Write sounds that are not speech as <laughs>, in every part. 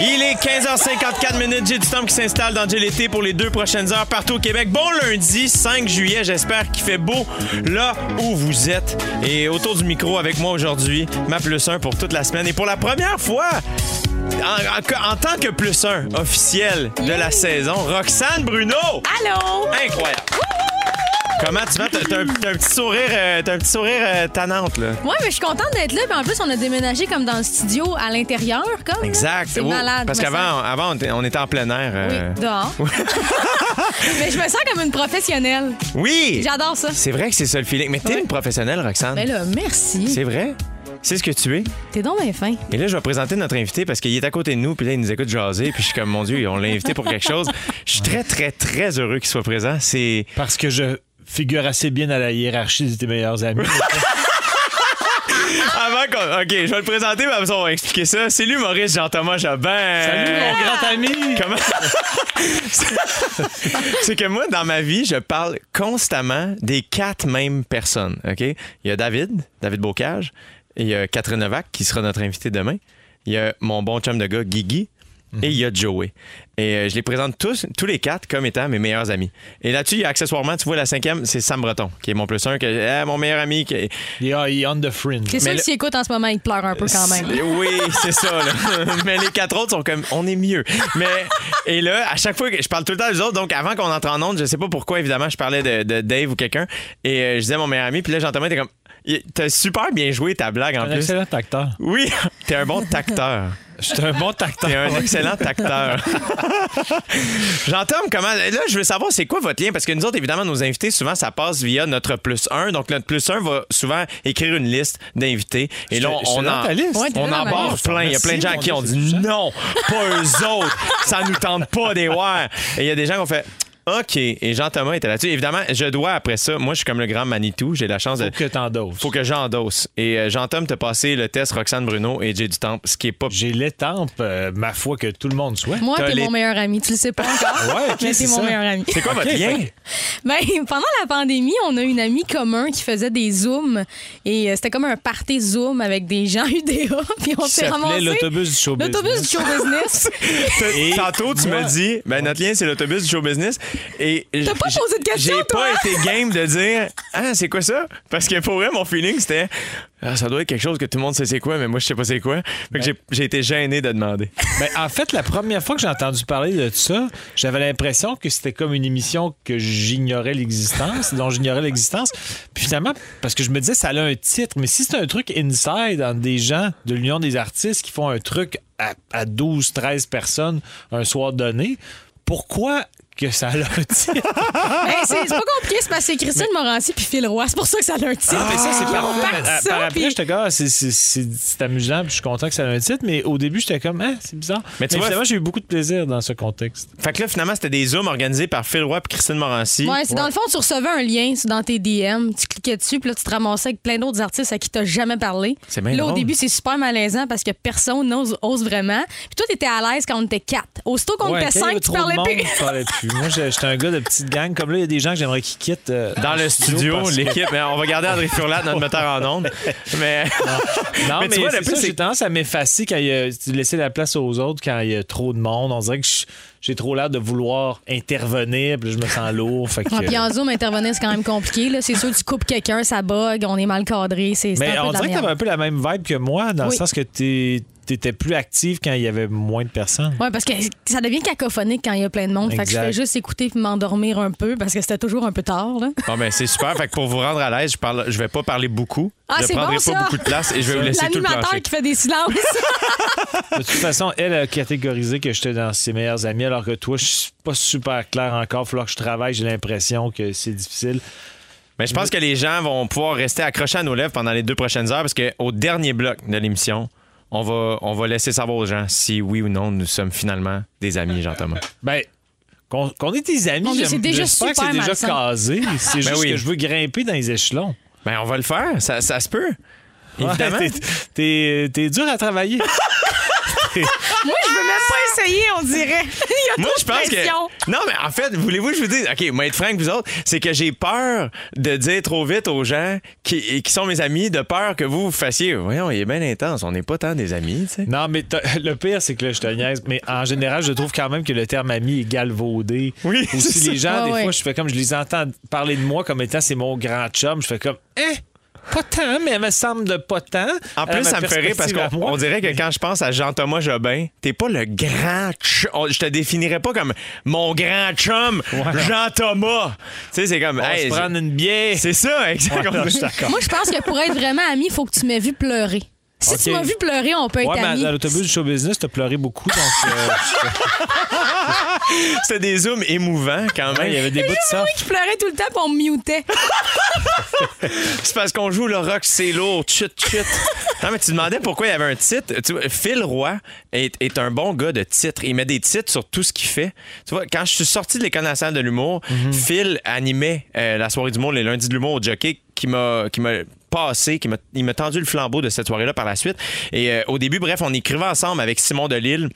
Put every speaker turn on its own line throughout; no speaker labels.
Il est 15h54 minutes. J'ai du temps qui s'installe dans Jay l'été pour les deux prochaines heures partout au Québec. Bon lundi 5 juillet. J'espère qu'il fait beau là où vous êtes. Et autour du micro avec moi aujourd'hui, ma plus 1 pour toute la semaine. Et pour la première fois, en, en- en tant que plus 1 officiel de la saison, Roxane Bruno.
Allô?
Incroyable. Comment tu vas? T'as- T'as un, t'as un petit sourire, euh, t'as un petit sourire euh, tannante, là.
Ouais, mais je suis contente d'être là. Puis en plus, on a déménagé comme dans le studio à l'intérieur, comme. là.
Exact.
C'est
Oh,
malade.
Parce
je me
qu'avant, avant, on était- on était en plein air.
sens-
euh,
Oui, dehors. <laughs> mais je me sens comme une professionnelle.
Oui!
J'adore ça.
C'est vrai que c'est ça le feeling. Mais t'es
Oui.
une professionnelle, Roxane.
Ben là, merci.
C'est vrai. C'est ce que tu es.
T'es donc bien fin.
Et là, je vais présenter notre invité parce qu'il est à côté de nous, puis là, il nous écoute jaser, puis je suis comme, mon Dieu, on l'a invité pour quelque chose. Je suis très, très, très heureux qu'il soit présent. C'est.
Parce que je figure assez bien à la hiérarchie de tes meilleurs amis.
Ah!
Avant qu'on. OK, je vais le présenter, mais après ça, on va expliquer ça. C'est l'humoriste Jean-Thomas Jobin.
Salut mon grand ami!
Comment? <laughs> c'est que moi, dans ma vie, je parle constamment des quatre mêmes personnes. OK? Il y a David, David Bocage. Il y a Catherine Novak, qui sera notre invitée demain. Il y a mon bon chum de gars, Guigui. Et il y a Joey. Et euh, je les présente tous, tous les quatre, comme étant mes meilleurs amis. Et là-dessus, il y a accessoirement, tu vois, la cinquième, c'est Sam Breton, qui est mon plus un, que, eh, mon meilleur ami. qui-
Il est il est on the fringe.
C'est sûr
Mais
que
le-
s'il écoute en ce moment, il pleure un peu quand même.
c'est- Oui, c'est ça. là. <laughs> Mais les quatre autres sont comme, on est mieux. Mais et là, à chaque fois que je parle tout le temps des autres, donc avant qu'on entre en onde, je sais pas pourquoi évidemment, je parlais de, de Dave ou quelqu'un et euh, je disais à mon meilleur ami, puis là j'entends était comme, Il- t'as super bien joué ta blague en
Un
plus.
excellent acteur.
Oui, <laughs> t'es un bon tacteur.
Je suis un bon
T'es
acteur.
un excellent <laughs> acteur. J'entends comment. Là, je veux savoir c'est quoi votre lien parce que nous autres, évidemment, nos invités, souvent, ça passe via notre plus 1. Donc, notre plus 1 va souvent écrire une liste d'invités. Et là, on,
Je te- je te donne
en-
ta liste.
Ouais, t'es
on
dans
en
ma
barre
liste.
plein. Il y a plein de gens à qui
Merci,
ont
mon
dit
Dieu, c'est
non, pas eux autres. Ça nous tente pas des voir. Et il y a des gens qui ont fait. OK. Et Jean-Thomas était là-dessus. Évidemment, je dois, après ça, moi, je suis comme le grand Manitou. J'ai la chance de.
Faut que t'endosses.
Faut que j'endosse. Et euh, Jean-Tom t'a passé le test Roxane Bruno et Jay Dutemps, ce qui est pas
J'ai l'étampe, euh, ma foi, que tout le monde souhaite.
Moi,
T'as
t'es
les-
mon meilleur ami. Tu le sais pas
<laughs>
encore.
Ouais, ok,
mais
c'est
t'es mon
ça.
meilleur
<laughs>
ami.
C'est quoi votre
Ok,
lien?
fait-
Ben, pendant la pandémie, on a une amie commun qui faisait des zooms et euh, c'était comme un party zoom avec des gens <laughs> UDA. Puis on
Qui
s'est
s'appelait
ramassés.
l'autobus du show
L'autobus du
business.
show business.
Et
Tantôt, tu
moi-
me dis, ben, notre lien, c'est l'autobus du show business. Et
T'as pas
j'ai-
posé de question,
J'ai
toi?
pas été game de dire, ah, c'est quoi ça? Parce que pour vrai, mon feeling, c'était, Ah, ça doit être quelque chose que tout le monde sait c'est quoi, mais moi, je sais pas c'est quoi. Fait que j'ai- j'ai été gêné de demander.
Ben, en fait, la première fois que j'ai entendu parler de ça, j'avais l'impression que c'était comme une émission que j'ignorais l'existence, dont j'ignorais l'existence. Puis finalement, parce que je me disais, ça a un titre, mais si c'est un truc inside entre des gens de l'Union des artistes qui font un truc à, à 12, 13 personnes un soir donné, pourquoi que ça a un titre?
Hey, c'est c'est pas compliqué, c'est parce que c'est Christine Morancy puis Phil Roy. C'est pour ça que ça a un titre.
<laughs> Ah, Mais ça, c'est
Puis on
parfait.
part
À-
ça,
Par
puis-
après, j'étais comme, ah, c'est- c'est- c'est c'est amusant, puis je suis content que ça a un titre, mais au début, j'étais comme, ah, c'est bizarre.
Mais
Mais,
tu
tu
vois-
j'ai eu beaucoup de plaisir dans ce contexte.
Fait que là, finalement, c'était des Zooms organisés par Phil Roy et Christine Morancy.
Ouais, c'est dans le fond, tu recevais un lien c'est dans tes DM, tu cliquais dessus, puis là, tu te ramassais avec plein d'autres artistes à qui t'as jamais parlé.
C'est bien
Là, au
drôle.
début, c'est super malaisant parce que personne n'ose ose vraiment. Puis toi, t'étais à l'aise quand on était quatre. Aussitôt qu'on
Ouais,
était
quand il y
cinq, tu
avait trop de
parlais
monde,
<laughs> plus.
je parlais plus. Moi, j'ai- j'étais un gars de petite gang. Comme là, il y a des gens que j'aimerais qu'ils quittent. euh,
Dans le studio,
parce que-
l'équipe, mais on va garder André Furlat, notre metteur en ondes.
<laughs>
Mais.
Non,
Mais
mais,
tu vois, le
c'est
plus,
ça,
c'est-
j'ai tendance à m'effacer quand il y a... tu laisser la place aux autres quand il y a trop de monde. On dirait que je- j'ai trop l'air de vouloir intervenir, puis je me sens lourd.
<laughs>
Fait que...
Ah, puis en Zoom, intervenir, c'est quand même compliqué. là. C'est sûr, tu coupes quelqu'un, ça bug, on est mal cadré. C'est c'est
Mais
un peu
on
de la
dirait que t'avais
merde.
un peu la même vibe que moi, dans
Oui.
le sens que t'es- t'étais plus active quand il y avait moins de personnes.
Oui, parce que ça devient cacophonique quand il y a plein de monde. Fait que je
Exact.
fais juste écouter puis m'endormir un peu parce que c'était toujours un peu tard. Là.
Bon, ben, c'est super. Fait que pour vous rendre à l'aise, je, parle... je vais pas parler beaucoup.
Ah,
je
c'est
prendrai
bon,
pas
ça.
beaucoup de place et je vais vous laisser tout le
L'animateur
plancher.
qui fait des silences.
De toute façon, elle a catégorisé que j'étais dans ses meilleurs amis, alors que toi, je suis pas super clair encore. Il falloir que je travaille. J'ai l'impression que c'est difficile.
Mais je pense que les gens vont pouvoir rester accrochés à nos lèvres pendant les deux prochaines heures parce qu'au dernier bloc de l'émission, on va, on va laisser savoir aux gens si oui ou non nous sommes finalement des amis, Jean-Thomas.
Ben, Qu'on qu'on est des amis,
Mon Dieu,
j'aime-
c'est déjà
j'espère que c'est
super
déjà
malsain. <laughs>
casé. C'est juste
oui.
que je veux grimper dans les <laughs> échelons.
Ben, on va le faire. Ça, ça se peut. Évidemment.
Ouais, t'es- T'es t'es dur à travailler.
Moi, je veux même pas essayer, on dirait. Il y a
Moi,
trop
je
de
pense
pression.
que. Non, mais en fait, voulez-vous que je vous dise. OK, moi, être franc avec vous autres, c'est que j'ai peur de dire trop vite aux gens qui, qui sont mes amis, de peur que vous, vous fassiez. Voyons, il est bien intense. On n'est pas tant des amis, tu sais.
<laughs> Non, mais t'as- le pire, c'est que là, je te niaise, mais en général, je trouve quand même que le terme ami est galvaudé.
Oui,
Ou
c'est
si les gens,
Ouais,
des
ouais.
fois, je fais comme, je les entends parler de moi comme étant c'est mon grand chum, je fais comme, hein, pas tant, mais elle me semble de pas tant.
En
Euh,
plus,
ma
ça me fait rire parce
perspective à moi.
qu'on dirait que quand je pense à Jean-Thomas Jobin, t'es pas le grand chum. on- Je te définirais pas comme mon grand chum,
Voilà.
Jean-Thomas. Tu sais, c'est comme.
On va
hey,
se prendre une bière.
c'est ça, exactement.
Ouais, je suis d'accord.
Moi, je pense que pour être vraiment ami, il faut que tu m'aies vu pleurer. Si tu
Ok.
m'as vu pleurer, on peut être
Ouais, mais
amis.
dans l'autobus du show business, t'as pleuré beaucoup, donc euh,
<laughs>
<laughs>
C'était des zooms émouvants quand
ouais,
même.
il y avait des bouts de ça.
<laughs> Je pleurais tout le temps, puis on me mutait. <laughs>
C'est parce qu'on joue le rock, c'est lourd, chut, chut. Non, mais tu demandais pourquoi il y avait un titre. Tu vois, Phil Roy est, est un bon gars de titres. Il met des titres sur tout ce qu'il fait. Tu vois, quand je suis sorti de l'École nationale de l'humour, Phil animait euh, la soirée d'humour, les lundis de l'humour au jockey, qui m'a qui m'a passé, qui m'a il m'a tendu le flambeau de cette soirée-là par la suite. Et euh, au début, bref, on écrivait ensemble avec Simon Delille.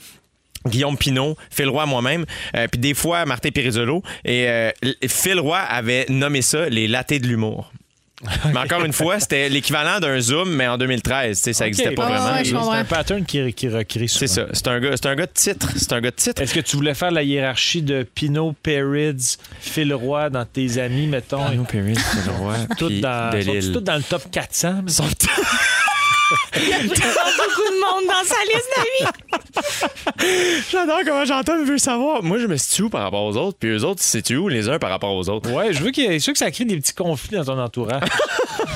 Guillaume Pinot, Phil Roy moi-même, euh, puis des fois Martin Pirizolo. Et euh, l- Phil Roy avait nommé ça les latés de <laughs> l'humour. Mais encore une fois, c'était l'équivalent d'un Zoom, mais en 2013. tu sais, Ça n'existait pas
Ah,
vraiment.
ouais, je
C'est
comprends.
un pattern qui, qui recrée
C'est ça. C'est un, gars- c'est un gars de titre. C'est un gars de titre.
Est-ce que tu voulais faire la hiérarchie de Pinot, Perrids, Phil Roy dans tes amis, mettons? et
<laughs> Phil Roy,
toutes dans, sont-tu toutes dans le top 400? mais-
Il y a beaucoup de monde dans sa liste d'amis.
<laughs> J'adore comment j'entends, veut savoir. Moi, je me situe où par rapport aux autres, puis eux autres, ils se situent où les uns par rapport aux autres.
Ouais, je veux qu'il y ait- je suis sûr que ça crée des petits conflits dans
<laughs>
ton entourage.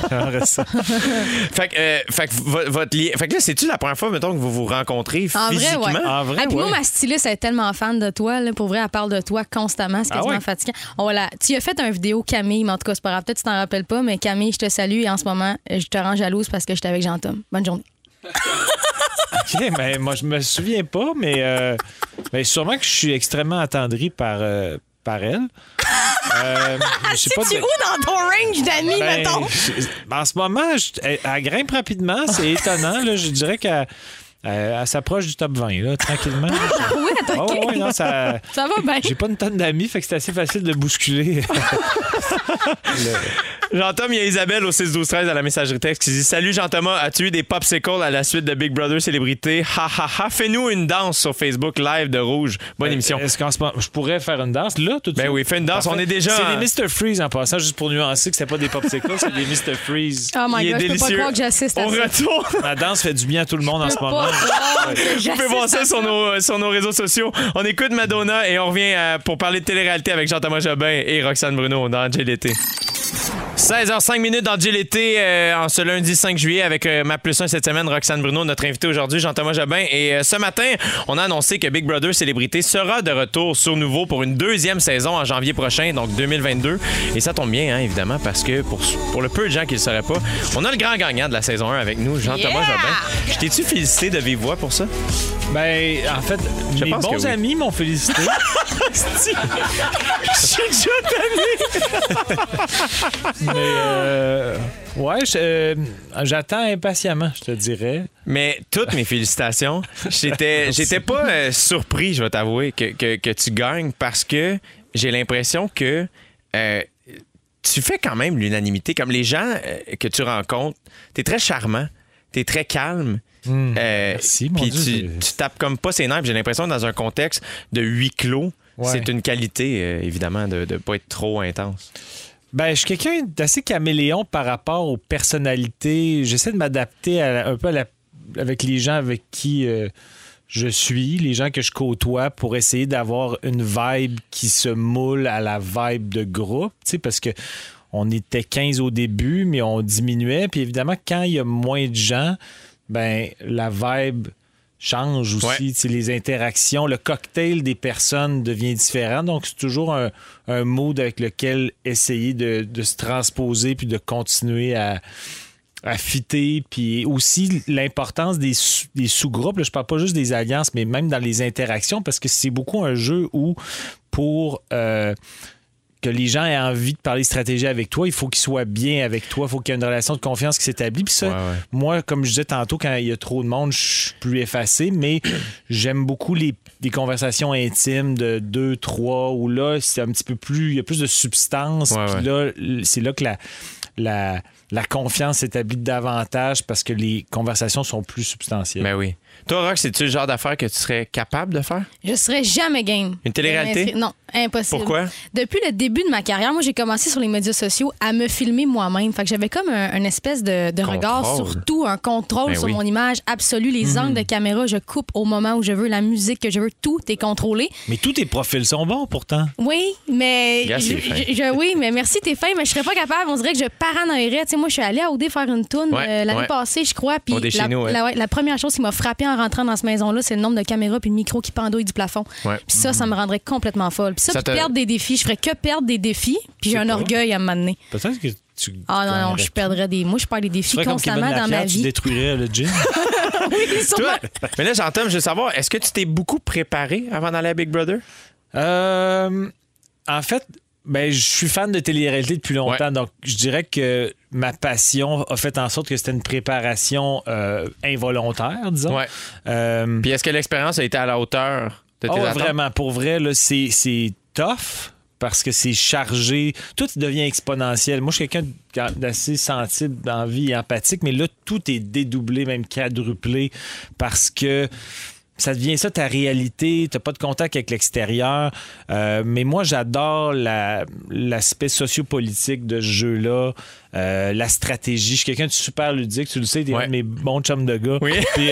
J'aimerais ça.
Fait que, euh, fait que vo- votre lien- fait que là, c'est-tu la première fois, mettons, que vous vous rencontrez
En vrai,
physiquement?
ouais.
En vrai,
Ah, puis moi,
ouais.
ma styliste, elle est tellement fan de toi. là. Pour vrai, elle parle de toi constamment. C'est
Ah
quasiment
ouais?
fatigant. On va la- Tu as fait un vidéo, Camille, mais en tout cas, c'est pas grave. Peut-être que tu t'en rappelles pas, mais Camille, je te salue et en ce moment, je te rends jalouse parce que j'étais avec Jean-Tom. Bonne journée.
OK, mais moi, je me souviens pas, mais, euh, mais sûrement que je suis extrêmement attendri par, euh, par elle. Euh,
<laughs>
je sais pas de-
dans ton range d'amis,
Ben, je- en ce moment, je- elle, elle grimpe rapidement.
<laughs>
C'est étonnant. là. je dirais qu'elle euh, elle- elle s'approche du top 20, là, tranquillement.
Ah,
Ah,
Oui,
Ouais,
attends,
ouais, ouais, non, ça-
ça va bien.
J'ai pas une tonne d'amis, fait que c'est assez facile de bousculer.
Jean-Tom, il y a Isabelle au 6-12-13 à la messagerie texte qui dit Salut Jean-Thomas, as-tu eu des popsicles à la suite de Big Brother Célébrité Ha ha ha, fais-nous une danse sur Facebook live de Rouge.
Euh,
Bonne émission.
Est-ce qu'en ce moment, je pourrais faire une danse là tout de
Ben
suite?
oui, fais une danse,
Parfait.
on est déjà. en-
C'est des Mr. Freeze en passant, juste pour nuancer que c'est pas des popsicles, c'est des Mr. Freeze.
Oh my
il est
god, je peux pas
délicieux.
croire que j'assiste à
On
ça.
retourne.
Ma danse fait du bien à tout le monde en
Je
ce
peux
moment.
pas croire que
Vous pouvez voir
j'assiste à
ça sur nos, euh, sur nos réseaux sociaux. On écoute Madonna et on revient à- pour parler de télé-réalité avec Jean-Thomas Jobin et Roxane Bruno dans JLT. 16h05 minutes dans JLT euh, en ce lundi 5 juillet avec euh, ma plus 1 cette semaine, Roxane Bruno, notre invité aujourd'hui, Jean-Thomas Jobin. Et euh, ce matin, on a annoncé que Big Brother Célébrité sera de retour sur nouveau pour une deuxième saison en janvier prochain, donc 2022. Et ça tombe bien, hein, évidemment, parce que pour, pour le peu de gens qui ne le sauraient pas, on a le grand gagnant de la saison 1 avec nous, Jean-Thomas
Yeah!
Jobin. Je t'ai-tu félicité de vive voix pour ça?
Ben, en fait, mes
pense que
bons
oui.
amis
<laughs>
m'ont félicité.
<laughs>
mais euh, ouais, je- euh, j'attends impatiemment, je te dirais.
Mais toutes mes félicitations.
<laughs>
J'étais, j'étais pas euh, surpris, je vais t'avouer, que, que- que tu gagnes parce que j'ai l'impression que euh, tu fais quand même l'unanimité. Comme les gens euh, que tu rencontres, t'es très charmant, t'es très calme. Euh,
Hmm. merci, mon
puis
Dieu,
tu,
j'ai-
tu tapes comme pas ses nerfs. J'ai l'impression que dans un contexte de huis clos,
Ouais.
c'est une qualité, euh, évidemment, de ne pas être trop intense.
Ben, je suis quelqu'un d'assez caméléon par rapport aux personnalités. J'essaie de m'adapter à- un peu à la- avec les gens avec qui euh, je suis, les gens que je côtoie, pour essayer d'avoir une vibe qui se moule à la vibe de groupe. Tu sais, parce que on était 15 au début, mais on diminuait. Puis évidemment, quand il y a moins de gens, ben la vibe change aussi.
Ouais.
Tu sais, les interactions, le cocktail des personnes devient différent. Donc, c'est toujours un, un mood avec lequel essayer de, de se transposer puis de continuer à, à fitter. Puis aussi l'importance des, sous- des sous-groupes. là. Je parle pas juste des alliances, mais même dans les interactions, parce que c'est beaucoup un jeu où pour euh, que les gens aient envie de parler stratégie avec toi, il faut qu'ils soient bien avec toi, il faut qu'il y ait une relation de confiance qui s'établit. Puis ça,
Ouais, ouais.
moi, comme je disais tantôt, quand il y a trop de monde, je suis plus effacé, mais <clears throat> j'aime beaucoup les, les conversations intimes de deux, trois, où là, c'est un petit peu plus, il y a plus de substance.
Ouais,
puis là, c'est là que la, la, la confiance s'établit davantage parce que les conversations sont plus substantielles.
Ben oui. Toi, Rox, c'est-tu le genre d'affaire que tu serais capable de faire?
Je serais jamais game.
Une télé-réalité?
Non, impossible.
Pourquoi?
Depuis le début de ma carrière, moi, j'ai commencé sur les médias sociaux à me filmer moi-même. Fait que j'avais comme un, une espèce de, de regard
Contrôle.
sur tout, un contrôle
Ben
sur
oui. Mhm.
mon image absolu. Les angles de caméra, je coupe au moment où je veux, la musique que je veux, tout est contrôlé.
Mais tous tes profils sont bons pourtant.
Oui, mais.
Gars,
je,
c'est fin.
je- je- oui, mais merci, t'es fin, mais je serais pas capable. On dirait que je paranoïerais. Tu sais, moi, je suis allée à OD faire une toune
Ouais,
euh, l'année
ouais.
passée, je crois. Puis
OD
la,
chez nous, ouais.
la- la première chose qui m'a frappée en rentrant dans cette maison-là, c'est le nombre de caméras puis de micros qui pendouillent du plafond.
Ouais.
Puis ça, ça me rendrait complètement folle. Puis ça,
Ça
puis
te-
perdre des défis. Je ferais que perdre des défis, puis j'ai
C'est
un
pas.
orgueil à m'amener.
Peut-être que tu.
Ah non, non, je perdrais des. Moi, je perds des défis
Tu ferais comme
constamment
Kevin
dans ma
Lapierre, Tu
vie.
détruirais le
<laughs>
gym.
Sûrement.
Toi, mais là, j'entends, je veux savoir, est-ce que tu t'es beaucoup préparé avant d'aller à Big Brother?
Euh, en fait, ben, je suis fan de télé-réalité depuis longtemps, donc je dirais que ma passion a fait en sorte que c'était une préparation euh, involontaire, disons.
Ouais.
Euh,
Puis est-ce que l'expérience a été à la hauteur de tes
oh,
attentes?
vraiment, pour vrai, là, c'est, c'est tough parce que c'est chargé. Tout devient exponentiel. Moi, je suis quelqu'un d'assez sensible dans la vie et empathique, mais là, tout est dédoublé, même quadruplé, parce que ça devient ça ta réalité, t'as pas de contact avec l'extérieur. Euh, mais moi, j'adore la- l'aspect sociopolitique de ce jeu-là, euh, la stratégie. Je suis quelqu'un de super ludique, tu le sais, t'es
Ouais.
un de mes bons chums de gars.
Oui. <laughs>
Puis-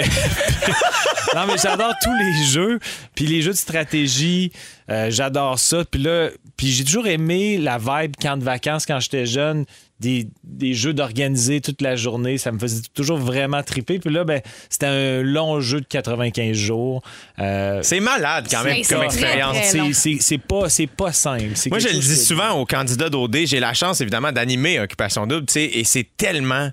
non, mais j'adore tous les jeux. Puis les jeux de stratégie, euh, j'adore ça. Puis là, puis j'ai toujours aimé la vibe camp de vacances quand j'étais jeune. Des, des jeux d'organiser toute la journée, ça me faisait toujours vraiment triper. Puis là, ben, c'était un long jeu de 95 jours. Euh,
C'est malade quand même
Mais
comme
c'est
expérience.
très, très
c'est-
long.
c'est- C'est pas, c'est pas simple. C'est
Moi, je
quelque
le
chose
dis
que-
souvent aux candidats d'OD, j'ai la chance évidemment d'animer Occupation Double, tu sais, et c'est tellement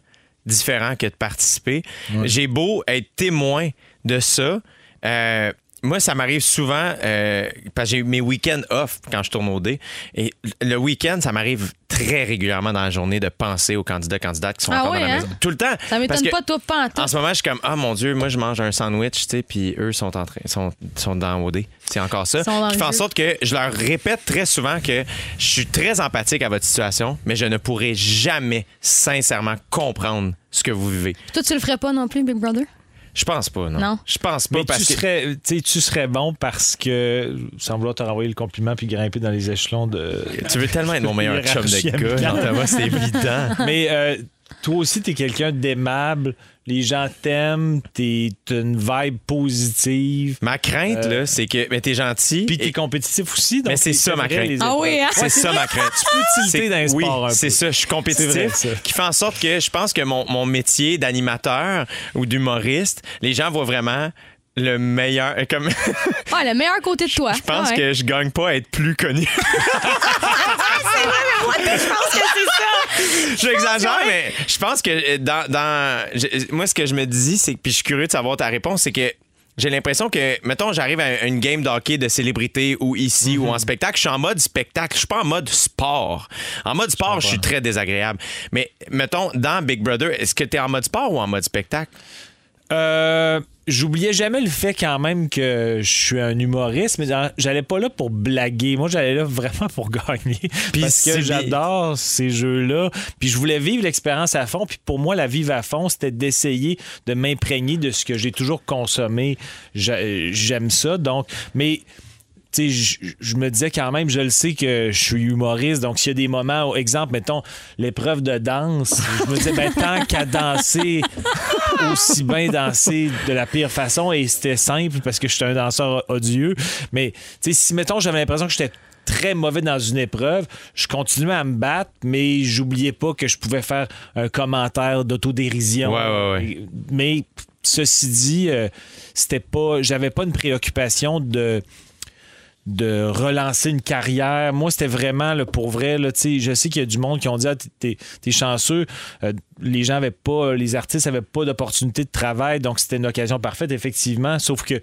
différent que de participer. J'ai beau être témoin de ça. euh, moi, ça m'arrive souvent, euh, parce que j'ai mes week-ends off quand je tourne au dé. Et le week-end, ça m'arrive très régulièrement dans la journée de penser aux candidats, candidates qui sont
Ah
encore
ouais,
dans la
hein?
maison. Tout le temps.
Ça
Parce
m'étonne
que-
pas, toi, pas en tout.
en ce moment, je suis comme ah mon dieu, moi je mange un sandwich, tu sais, puis eux sont en train sont, sont dans OD. C'est encore ça.
Ils sont dans
Qui
le
fait en
jeu.
sorte que je leur répète très souvent que je suis très empathique à votre situation, mais je ne pourrai jamais sincèrement comprendre ce que vous vivez.
Toi, tu le ferais pas non plus, Big Brother?
Je pense pas, non.
Non.
Je pense pas
Mais
parce que
tu, serais, tu sais, tu serais bon parce que, sans vouloir te renvoyer le compliment puis grimper dans les échelons de,
tu veux tellement être mon meilleur chum
Hiérarchie
de gars,
amicale.
Jean-Thomas, c'est évident.
<laughs> Mais euh, toi aussi, t'es quelqu'un d'aimable. Les gens t'aiment. T'es t'as une vibe positive.
Ma crainte
Euh,
là, c'est que mais t'es gentil.
Puis t'es
et-
compétitif aussi. donc
Mais c'est
t'es
ça, ma
vrai,
crainte.
les
Ah
épreuves.
oui, hein?
C'est ça ma crainte. Tu peux
tilter dans les
oui,
sports un peu.
C'est ça, je suis
C'est
compétitif.
vrai, ça.
Qui fait en sorte que je pense que mon, mon métier d'animateur ou d'humoriste, les gens voient vraiment le meilleur. euh, Comme,
Ah, le meilleur côté de toi.
je pense
Ah ouais. Ah,
que je gagne pas à être plus
<laughs>
connu. J'exagère, mais je pense que euh, dans. dans je- moi, ce que je me dis, c'est que. Puis je suis curieux de savoir ta réponse, c'est que. J'ai l'impression que, mettons, j'arrive à une game d'hockey de célébrité ou ici ou en spectacle, je suis en mode spectacle, je suis pas en mode sport. En mode sport, je suis très désagréable. Mais, mettons, dans Big Brother, est-ce que tu es en mode sport ou en mode spectacle?
Euh, J'oubliais jamais le fait quand même que je suis un humoriste, mais j'en- j'allais pas là pour blaguer. Moi, j'allais là vraiment pour <laughs> gagner. parce
c'est
que
des-
j'adore ces jeux-là. Puis je voulais vivre l'expérience à fond. Puis pour moi, la vivre à fond, c'était d'essayer de m'imprégner de ce que j'ai toujours consommé. J'a- euh, J'aime ça. Donc, mais tu sais, je- je me disais quand même, je le sais que je suis humoriste, donc s'il y a des moments, où, exemple, mettons, l'épreuve de danse, je me disais, ben, tant qu'à danser, aussi bien danser de la pire façon, et c'était simple parce que j'étais un danseur odieux, mais tu sais, si, mettons, j'avais l'impression que j'étais très mauvais dans une épreuve, je continuais à me battre, mais j'oubliais pas que je pouvais faire un commentaire d'autodérision.
Ouais, ouais, ouais.
Mais ceci dit, euh, c'était pas, j'avais pas une préoccupation de de relancer une carrière. Moi, c'était vraiment là, pour vrai. Là, tu sais, je sais qu'il y a du monde qui ont dit ah, t'es- t'es, t'es chanceux. Euh, les gens avaient pas, les artistes n'avaient pas d'opportunité de travail, donc c'était une occasion parfaite, effectivement. Sauf que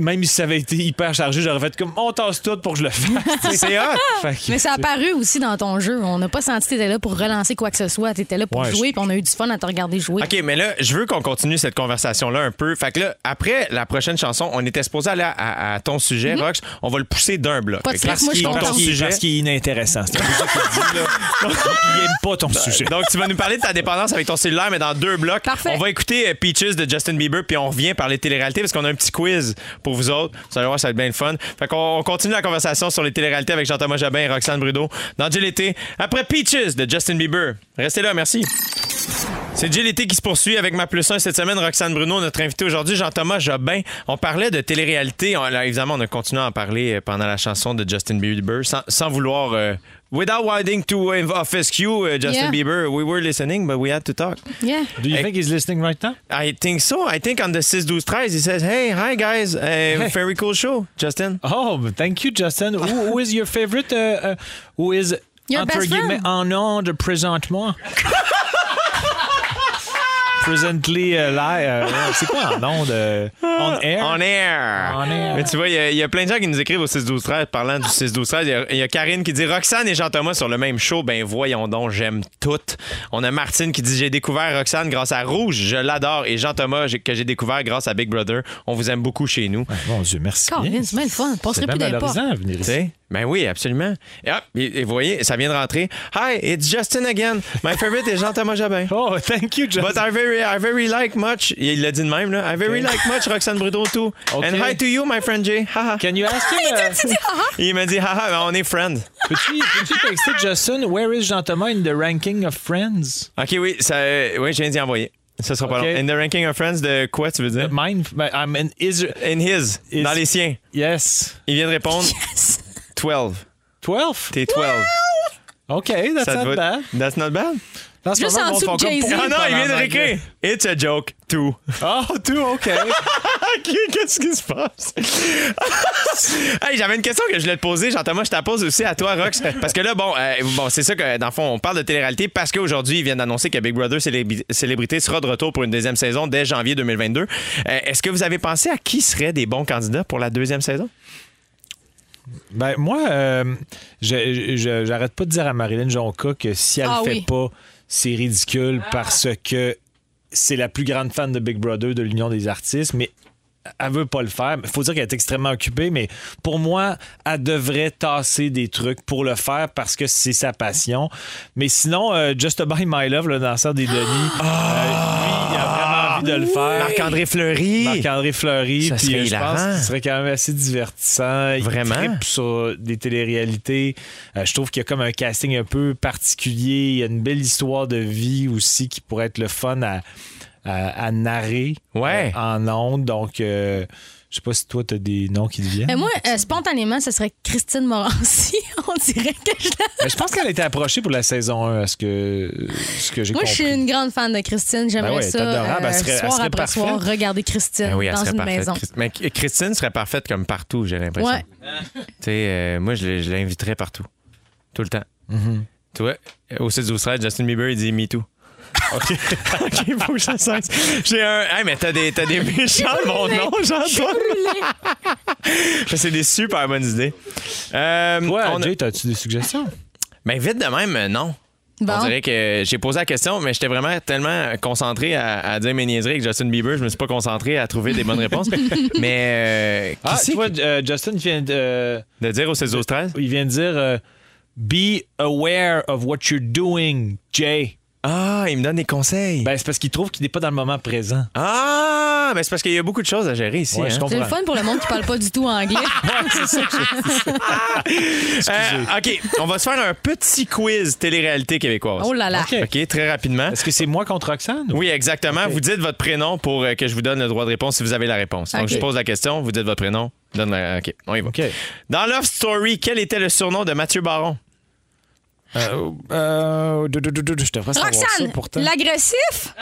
même si ça avait été hyper chargé, j'aurais fait comme on tasse tout pour que je le fasse.
<laughs>
tu sais.
C'est hot!
Fait que-
Ah! Mais ça a paru aussi dans ton jeu. On n'a pas senti que t'étais là pour relancer quoi que ce soit. T'étais là pour
Ouais,
jouer, puis on a eu du fun à te regarder jouer.
OK, mais là, je veux qu'on continue cette conversation-là un peu. Fait que là, après la prochaine chanson, on était supposé aller à, à- à ton sujet, Rox. On va le pousser d'un bloc.
Mhm. Pas de
OK?
stress, moi, je suis
Ton
Parce
contente.
qu'il
sujet.
parce qu'il est inintéressant. C'est un peu ça qu'il dit, là. <laughs> Ben, Il aime pas ton sujet.
Donc, tu vas nous parler de ta dépendance avec ton cellulaire, mais dans deux blocs.
Parfait.
On va écouter euh, Peaches de Justin Bieber, puis on revient parler de télé-réalité parce qu'on a un petit quiz pour vous autres. Vous allez voir, ça va être bien le fun. Fait qu'on on continue la conversation sur les téléréalités avec Jean-Thomas Jabin et Roxane Brudeau dans JLT. Après Peaches de Justin Bieber. Restez là, merci. C'est JLT qui se poursuit avec ma plus 1 cette semaine. Roxane Bruno, notre invité aujourd'hui, Jean-Thomas Jobin. On parlait de télé-réalité. On- là, évidemment, on a continué à en parler euh, pendant la chanson de Justin Bieber sans, sans vouloir. euh, Without winding to uh, Office Q, uh, Justin
Yeah.
Bieber, we were listening, but we had to talk.
Yeah.
Do you think he's listening right now?
I think so. I think on the 6-12-13, he says, Hey, hi guys, uh, very cool show, Justin.
Oh, thank you, Justin. Who, who is your favorite? uh, uh, who is
Your
entre
best
guillemets
friend.
en onde
<laughs>
présentement? Presently uh, live. euh, c'est quoi en onde? euh, on air?
On air.
On air.
Mais tu vois, il y a- il y, a plein de gens qui nous écrivent au 6-12-13 parlant du 6-12-13. Il y a- Il y, a Karine qui dit Roxane et Jean-Thomas sur le même show. Ben voyons donc, j'aime toutes. On a Martine qui dit J'ai découvert Roxane grâce à Rouge, je l'adore. Et Jean-Thomas j'ai- que j'ai découvert grâce à Big Brother. On vous aime beaucoup chez nous.
Mon Dieu, merci.
Colin,
bien.
c'est bien le fun. Passerait
C'est bien
plus d'impôts.
valorisant à venir
Tu
ici.
sais? Ben oui, absolument. Et hop, et, et voyez, ça vient de rentrer. Hi, it's Justin again. My favorite is Jean-Thomas
<laughs>
Jabin.
Oh, thank you, Justin.
But I very, I very like much. Il l'a dit de même, là. I very like much Roxane Brudeau, too.
Ok.
And hi to you, my friend Jay. Haha.
Can you ask him? uh,
Il m'a dit, haha, ben on est friends.
peux-tu, peux-tu texter Justin, where is Jean-Thomas in the ranking of friends?
OK, oui, ça, euh, oui je viens d'y envoyer. Ça sera pas
Ok.
long. In the ranking of friends, de quoi tu veux dire?
Mine, I mean, is...
In his,
Is-
dans les siens.
Yes.
Il vient de répondre, 12.
12?
T'es 12.
OK, that's
te
not
va-
bad.
That's not bad.
Dans ce
Juste
moment,
en
le monde
dessous
font
de
comme-
Jay-Z.
Ah non, il vient de
en anglais.
réécrire. It's a joke, too.
Oh, tout, OK.
Ok, Qu'est-ce qui se passe? <laughs> hey, j'avais une question que je voulais te poser. Jean-Thomas, je te la pose aussi à toi, Rox. Parce que là, bon, euh, bon c'est ça que, dans le fond, on parle de télé-réalité parce qu'aujourd'hui, ils viennent d'annoncer que Big Brother Célébri- Célébrité sera de retour pour une deuxième saison dès janvier 2022. Euh, Est-ce que vous avez pensé à qui seraient des bons candidats pour la deuxième saison?
ben, moi, euh, je- je- j'arrête pas de dire à Marilyn Jonca que si elle
Ah
le fait
oui.
pas, c'est ridicule parce que c'est la plus grande fan de Big Brother de l'Union des artistes, mais elle veut pas le faire. Il faut dire qu'elle est extrêmement occupée, mais pour moi, elle devrait tasser des trucs pour le faire parce que c'est sa passion. Mais sinon, euh, Just By My Love, le danseur des Denis, euh, lui, il a vraiment envie de le faire.
Marc-André Fleury.
Marc-André Fleury,
Ça
puis
serait
euh, je pense
hilarant.
qu'il serait quand même assez divertissant. Il
Vraiment?
trippe sur des téléréalités. Euh, je trouve qu'il y a comme un casting un peu particulier. Il y a une belle histoire de vie aussi qui pourrait être le fun à, à- à narrer
Ouais.
euh, en ondes. Donc, euh, je sais pas si toi, tu as des noms qui te viennent.
Mais moi, euh, spontanément, ce serait Christine Morancy. <laughs> On dirait que je la...
Mais je pense qu'elle a été approchée pour la saison 1, à ce que, ce que j'ai
Moi,
compris.
je suis une grande fan de Christine. J'aimerais
Ben ouais, elle est
ça. euh,
adorable. Elle serait- elle
soir
serait
après
parfaite.
soir, regarder Christine
Ben oui, elle
dans
serait
une
parfaite.
maison.
Christ- Mais Christine serait parfaite comme partout, j'ai
Ben,
l'impression.
Ouais.
Tu sais, euh, moi, je l'ai- je l'inviterais partout. Tout le temps. Tu vois, au 6 12 13, Justin Bieber, il dit Me <laughs> Too. OK. OK, faut que ça cesse. J'ai un. Hey, mais t'as des, t'as <laughs> des méchants, mon nom, Jean-Toi. <laughs> C'est des super bonnes idées. Euh,
Toi,
on a-
Jay, as-tu des suggestions?
Ben, vite de même, euh, non. On
Bon.
dirait que j'ai posé la question, mais j'étais vraiment tellement concentré à, à dire mes niaiseries avec Justin Bieber, je me suis pas concentré à trouver des bonnes réponses. mais euh, qui
Ah,
c'est
tu vois, euh, Justin vient de... euh,
de dire au 16 12 13?
Il vient de dire euh, Be aware of what you're doing, Jay.
Ah, il me donne des conseils.
Ben, c'est parce qu'il trouve qu'il n'est pas dans le moment présent.
Ah, mais c'est parce qu'il y a beaucoup de choses à gérer ici.
Ouais,
hein.
je comprends.
C'est le fun pour le monde qui parle pas du tout anglais.
Ah,
Euh, OK, on va se faire un petit quiz télé-réalité québécoise.
Oh là là.
Ok.
OK, très rapidement.
Est-ce que c'est moi contre Roxane?
Oui, exactement. Vous dites votre prénom pour euh, que je vous donne le droit de réponse si vous avez la réponse. Donc,
OK.
je pose la question, vous dites votre prénom. Donne la... OK, on y va.
OK.
Dans Love Story, quel était le surnom de Mathieu Baron?
<laughs>
Euh, euh, dou- dou- dou- dou- je devrais savoir ça
Roxane,
pourtant.
l'agressif?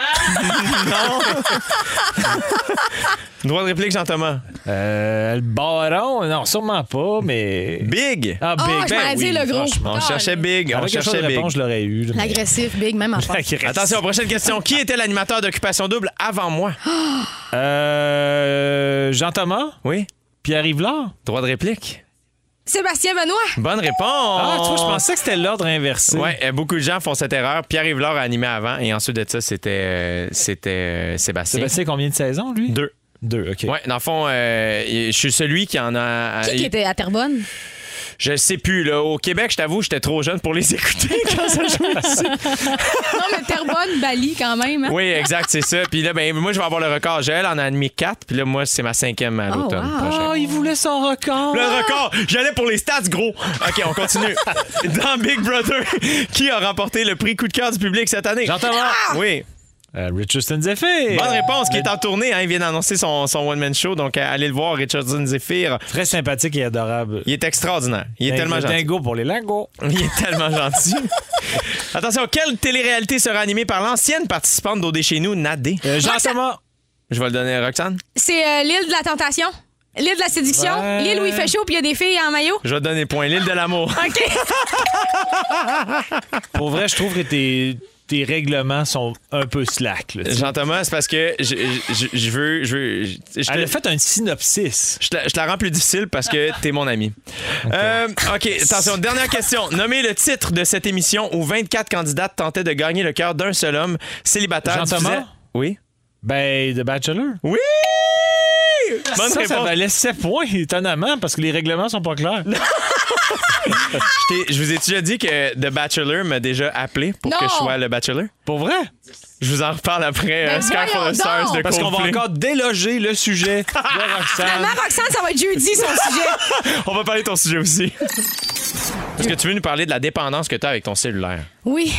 Droit de réplique, Jean-Thomas.
Euh, le baron? Non, sûrement pas, mais.
Big!
Ah,
Ah, je m'en
ben
dis
oui,
le gros.
franchement.
On
Ah,
cherchait
mais-
Big, on
Avec quelque chose
cherchait
de
Big.
réponse, je l'aurais eu. là, mais-
L'agressif, big, même
<laughs>
affaire.
L'agressif.
Attention, prochaine question. Qui était l'animateur d'Occupation Double avant moi?
Euh, Jean-Thomas?
Oui?
Pierre Yvelard?
Droit de réplique.
Sébastien Benoît.
Bonne réponse.
Ah, tu vois, je pensais que c'était l'ordre inversé.
Oh. Ouais, euh, beaucoup de gens font cette erreur. Pierre Yvelard a animé avant et ensuite de ça, c'était euh, c'était euh, Sébastien.
Sébastien, combien de saisons, lui?
Deux.
Deux, OK.
Ouais, dans le fond, euh, je suis celui qui en a.
Qui, qui était à Terrebonne?
Je sais plus, là. Au Québec, je t'avoue, j'étais trop jeune pour les <laughs> écouter quand ça
<laughs>
jouait ici.
Non, mais Terrebonne, Bali quand même. hein?
Oui, exact, c'est ça. Puis là, ben, moi, je vais avoir le record. Joël en a admis quatre, puis là, moi, c'est ma cinquième à l'automne
wow. Oh,
prochain.
Ah, il voulait son record.
Le record! J'allais pour les stats, gros! OK, on
<laughs>
continue. Dans Big Brother, qui a remporté le prix coup de cœur du public cette année?
Jean Thomas.
Ah!
Oui.
Euh, Richardson Zephyr.
Bonne réponse,
ben
qui est en tournée. hein. il vient d'annoncer son, son one-man show, donc euh, allez le voir, Richardson Zephyr.
Très sympathique et adorable.
Il est extraordinaire. Il est
Ben,
tellement gentil.
dingo pour les lingots.
Il est tellement gentil. <laughs> Attention, quelle télé-réalité sera animée par l'ancienne participante d'Odé chez nous, Nadé?
Euh, Jean
Roxane.
Thomas.
Je vais le donner à Roxane.
C'est euh, l'île de la tentation, l'île de la séduction,
Ouais.
l'île où il fait chaud puis il y a des filles en maillot.
Je vais te donner le point. L'île de
<laughs>
l'amour.
OK.
Pour vrai, je trouve que tes, tes règlements sont un peu slack. là, tu sais.
Jean-Thomas, c'est parce que je, je- je- je veux. Je, veux- je- je te-
Elle a fait un synopsis.
je te, je te la rends plus difficile parce que t'es mon ami. Euh, OK, attention, dernière question. Nommez le titre de cette émission où 24 candidates tentaient de gagner le cœur d'un seul homme célibataire.
Jean-Thomas?
diffusé- Oui.
Ben, The Bachelor.
Oui! Bonne
ça, ça
réponse.
valait 7 points, étonnamment, parce que les règlements sont pas clairs.
Je t'ai- Je vous ai déjà dit que The Bachelor m'a déjà appelé pour
Non.
que je sois le Bachelor.
Pour vrai?
Je vous en reparle après euh,
Mais
Sky for
voyons
the Stars
donc!
de
Parce qu'on va
Coldplay.
encore déloger le sujet
<laughs>
de Roxane.
Ah.
Maman Roxane, ça va être jeudi son sujet.
On va parler de ton sujet aussi. Est-ce que tu veux nous parler de la dépendance que tu as avec ton cellulaire?
Oui.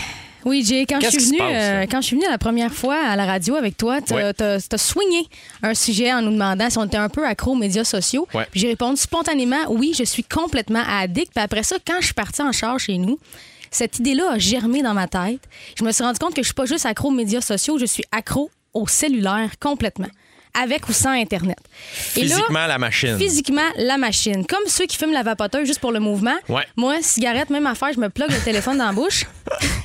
Oui, Jay, quand je
Qu'est-ce
suis
qui se
venue,
passe,
euh,
là?
quand je suis venue la première fois à la radio avec toi, t'as
Ouais.
t'as- t'as swingé un sujet en nous demandant si on était un peu accro aux médias sociaux.
Ouais.
Puis j'ai répondu spontanément oui, je suis complètement addict. Puis après ça, quand je suis partie en char chez nous, cette idée-là a germé dans ma tête. Je me suis rendu compte que je suis pas juste accro aux médias sociaux, je suis accro au cellulaire complètement, avec ou sans Internet. Et là,
Physiquement, la machine.
physiquement la machine. Comme ceux qui fument la vapoteuse juste pour le mouvement.
Ouais.
Moi, cigarette, même affaire, je me plug le téléphone dans
<laughs>
la bouche.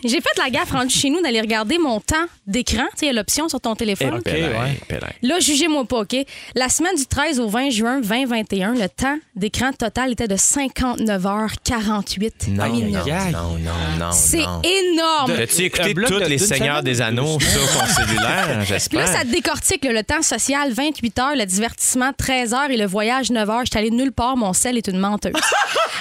J'ai fait la gaffe rendu chez nous d'aller regarder mon temps d'écran. Tu sais, il y a l'option sur ton
Eh,
téléphone.
Ok, ouais.
Là, jugez-moi pas, OK? La semaine du 13 au 20 juin 2021, le temps d'écran total était de 59h48
Non,
minutes.
non,
Aïe.
non, non, non.
C'est énorme!
As-tu
Un
écouté
bloc de-
toutes les
d'une
Seigneurs
semaine?
des Anneaux sur
<laughs>
ton cellulaire,
Puis
j'espère?
là, ça te décortique là, le temps social, 28 heures, le divertissement, 13 heures et le voyage, 9 heures. Je suis allée nulle part, mon sel est une menteuse.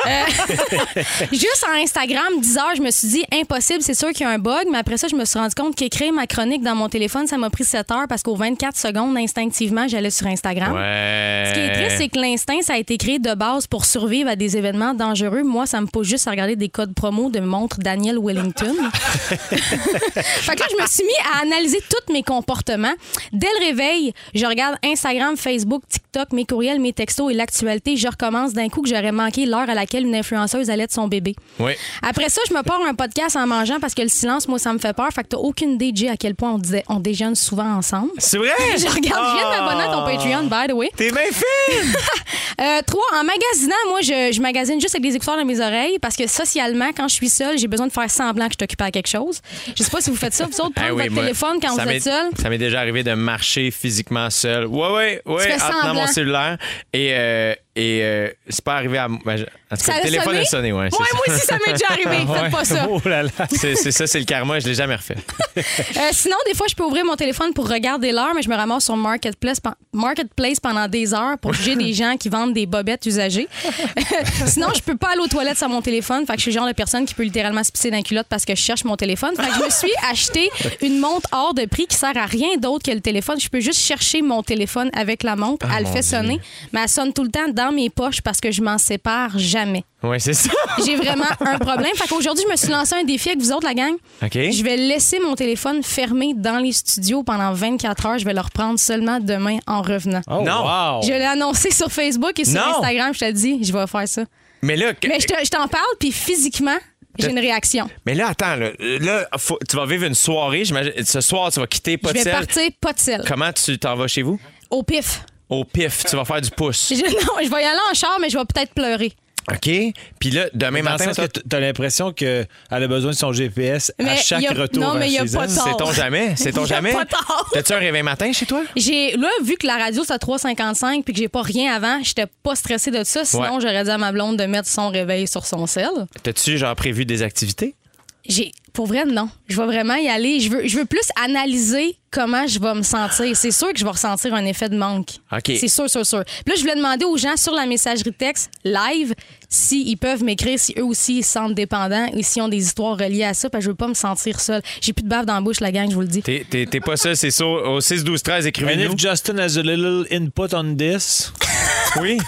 Euh, <laughs> juste en Instagram, 10 heures, je me suis dit, impossible, c'est sûr qu'il y a un bug. Mais après ça, je me suis rendu compte qu'écrire ma chronique dans mon téléphone, ça m'a pris 7 heures parce qu'aux 24 secondes, instinctivement, j'allais sur Instagram.
Ouais.
Ce qui est triste, c'est que l'instinct, ça a été créé de base pour survivre à des événements dangereux. Moi, ça me pousse juste à regarder des codes promo de montres Daniel Wellington. fait que là, je me suis mis à analyser tous mes comportements. Dès le réveil, je regarde Instagram, Facebook, TikTok, mes courriels, mes textos et l'actualité. Je recommence d'un coup que j'aurais manqué l'heure à laquelle une influenceuse allait de son bébé.
Oui.
Après ça, je me pars un podcast en mangeant parce que le silence, moi, ça me fait peur. Fait que t'as aucune idée, Jay, à quel point on, disait, on déjeune souvent ensemble.
C'est vrai?
<laughs> Je regarde, je viens de m'abonner à ton
Ah!
Patreon, by the way.
T'es bien fine!
Euh, trois, en magasinant, moi, je, je magasine juste avec des écouteurs dans mes oreilles parce que socialement, quand je suis seule, j'ai besoin de faire semblant que je t'occupe à quelque chose. Je sais pas si vous faites ça, vous autres, prendre
Ah oui,
votre
moi,
téléphone quand
ça
vous
m'est-
êtes seul.
Ça m'est déjà arrivé de marcher physiquement seul. Ouais, ouais, ouais,
fais
en tenant
semblant.
mon cellulaire. Et, euh, et euh, c'est pas arrivé à. ben, je- en tout cas,
Ça
le
a
téléphone
sonné?
a sonné, ouais. c'est
Ouais,
ça.
moi aussi, ça m'est déjà
<laughs>
arrivé.
Ouais.
Faites pas ça.
Oh là là.
C'est c'est ça, c'est le karma, je l'ai jamais
<laughs>
refait.
Euh, sinon, des fois, je peux ouvrir mon téléphone pour regarder l'heure, mais je me ramasse sur Marketplace, pen- Marketplace pendant des heures pour juger des gens qui vendent des bobettes usagées. sinon, je peux pas aller aux toilettes sans mon téléphone. Fait que je suis le genre de personne qui peut littéralement se pisser dans la culotte parce que je cherche mon téléphone. Fait que je me suis acheté une montre hors de prix qui sert à rien d'autre que le téléphone. Je peux juste chercher mon téléphone avec la montre. elle
mon
fait sonner, mais elle sonne tout le temps dans mes poches parce que je m'en sépare jamais.
Ouais, c'est ça.
J'ai vraiment un problème. Fait qu'aujourd'hui, je me suis lancé un défi avec vous autres, la gang.
OK.
Je vais laisser mon téléphone fermé dans les studios pendant 24 heures. Je vais le reprendre seulement demain en revenant.
Oh,
Non.
wow.
Je l'ai annoncé sur Facebook et sur
Non.
Instagram. Je te dis, je vais faire ça.
Mais là, que-
Mais je te- je t'en parle, puis physiquement, j'ai une réaction.
mais là attends, là, là, faut- tu vas vivre une soirée. j'imagine. Ce soir, tu vas quitter
Je vais
Potel.
partir, pas de sel.
Comment tu t'en vas chez vous?
Au pif.
Au pif, tu vas faire du pouce.
<laughs> Je, non, je vais y aller en char, mais je vais peut-être pleurer.
OK? Puis là, demain
Dans le
matin,
sens que
toi,
t- t'as l'impression qu'elle a besoin de son GPS à
Mais
chaque
y a-
retour.
non, mais
à
y a
chez
pas
elle.
de temps.
c'est ton
<laughs>
jamais. C'est ton
Il y a
jamais.
pas tard.
T'as-tu un réveil matin chez toi?
J'ai là vu que la radio c'est à 3.55 puis que j'ai pas rien avant, j'étais pas stressée de ça. Sinon
Ouais.
j'aurais dit à ma blonde de mettre son réveil sur son sel.
T'as-tu genre prévu des activités?
J'ai pour vrai non, je vais vraiment y aller. Je veux je veux plus analyser comment je vais me sentir. C'est sûr que je vais ressentir un effet de manque.
OK.
C'est sûr sûr sûr. Puis là je voulais demander aux gens sur la messagerie texte live s'ils peuvent m'écrire si eux aussi ils se sentent dépendants et s'ils ont des histoires reliées à ça parce que je veux pas me sentir seule. J'ai plus de bave dans la bouche la gang, je vous le dis.
T'es, t'es- t'es pas seul, c'est ça. Au 6-12-13,
And
écrivez-nous.
if Justin has a little input on this.
Oui.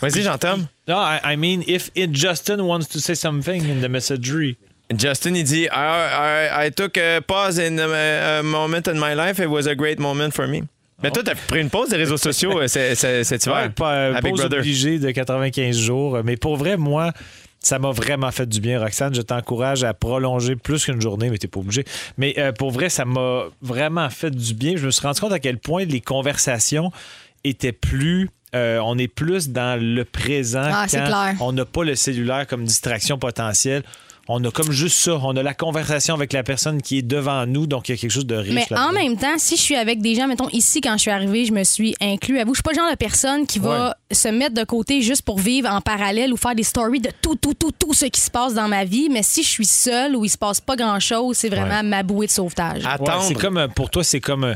Vas-y, j'entends.
No, I, I mean, if it Justin wants to say something in the messagery.
Justin, il dit I, I, I took a pause in uh, a, a moment in my life. It was a great moment for me. Mais toi, t'as pris une pause des réseaux sociaux euh, ce- ce- cet hiver.
Ouais, pas euh,
à Big
pause
Brother.
obligée de 95 jours. Mais pour vrai, moi, ça m'a vraiment fait du bien, Roxane. Je t'encourage à prolonger plus qu'une journée, mais t'es pas obligé. Mais euh, pour vrai, ça m'a vraiment fait du bien. Je me suis rendu compte à quel point les conversations étaient plus. euh, on est plus dans le présent
Ah, c'est
quand
clair.
on n'a pas le cellulaire comme distraction potentielle. On a comme juste ça. On a la conversation avec la personne qui est devant nous, donc il y a quelque chose de riche.
Mais en
là-dedans.
même temps, si je suis avec des gens, mettons ici, quand je suis arrivée, je me suis inclus à vous. Je suis pas le genre de personne qui va se mettre de côté juste pour vivre en parallèle ou faire des stories de tout, tout, tout, tout ce qui se passe dans ma vie. Mais si je suis seule ou il se passe pas grand chose, c'est vraiment ma bouée de sauvetage.
Ouais,
Attendre.
c'est comme euh, pour toi, c'est comme euh,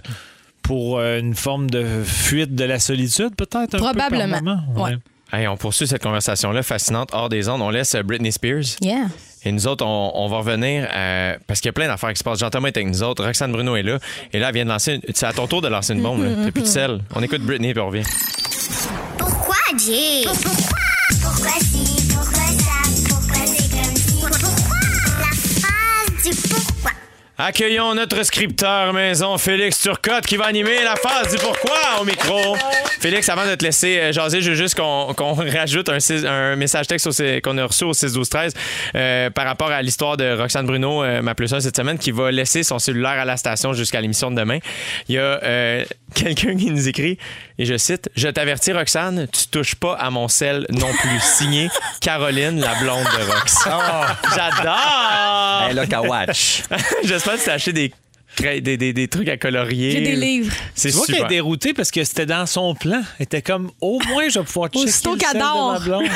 pour euh, une forme de fuite de la solitude, peut-être. un peu par
Probablement.
moment? Ouais.
Ouais.
Hey, on poursuit cette conversation-là fascinante hors des ondes. On laisse euh, Britney Spears.
Yeah.
Et nous autres, on, on va revenir euh, parce qu'il y a plein d'affaires qui se passent. Jean-Thomas est avec nous autres. Roxane Bruno est là. Et là, elle vient de lancer. une- C'est à ton tour de lancer une bombe. là. T'as plus de sel. On écoute Britney puis on revient.
Pourquoi, Jay Pourquoi Pourquoi si Pourquoi ça Pourquoi c'est comme si Pourquoi La phrase du pourquoi.
Accueillons notre scripteur maison, Félix Turcotte, qui va animer la phase du pourquoi au micro. Félix, avant de te laisser euh, jaser, je veux juste qu'on qu'on <laughs> rajoute un, six- un message texte au six- qu'on a reçu au 6-12-13 euh, par rapport à l'histoire de Roxane Bruno, euh, ma plus un cette semaine, qui va laisser son cellulaire à la station jusqu'à l'émission de demain. Il y a euh, <laughs> quelqu'un qui nous écrit, et je cite, « Je t'avertis, Roxane, tu touches pas à mon sel non plus. » Signé Caroline, la blonde de Rox. J'adore!
Hey, look, à watch.
<laughs> J'espère que tu as acheté des, cra- des, des, des trucs à colorier.
J'ai des livres.
C'est
Tu vois qu'elle est
super.
déroutée parce que c'était dans son plan. Elle était comme, au moins, je vais pouvoir checker le
Aussitôt
sel
qu'elle
de ma
dort.
blonde.
<laughs>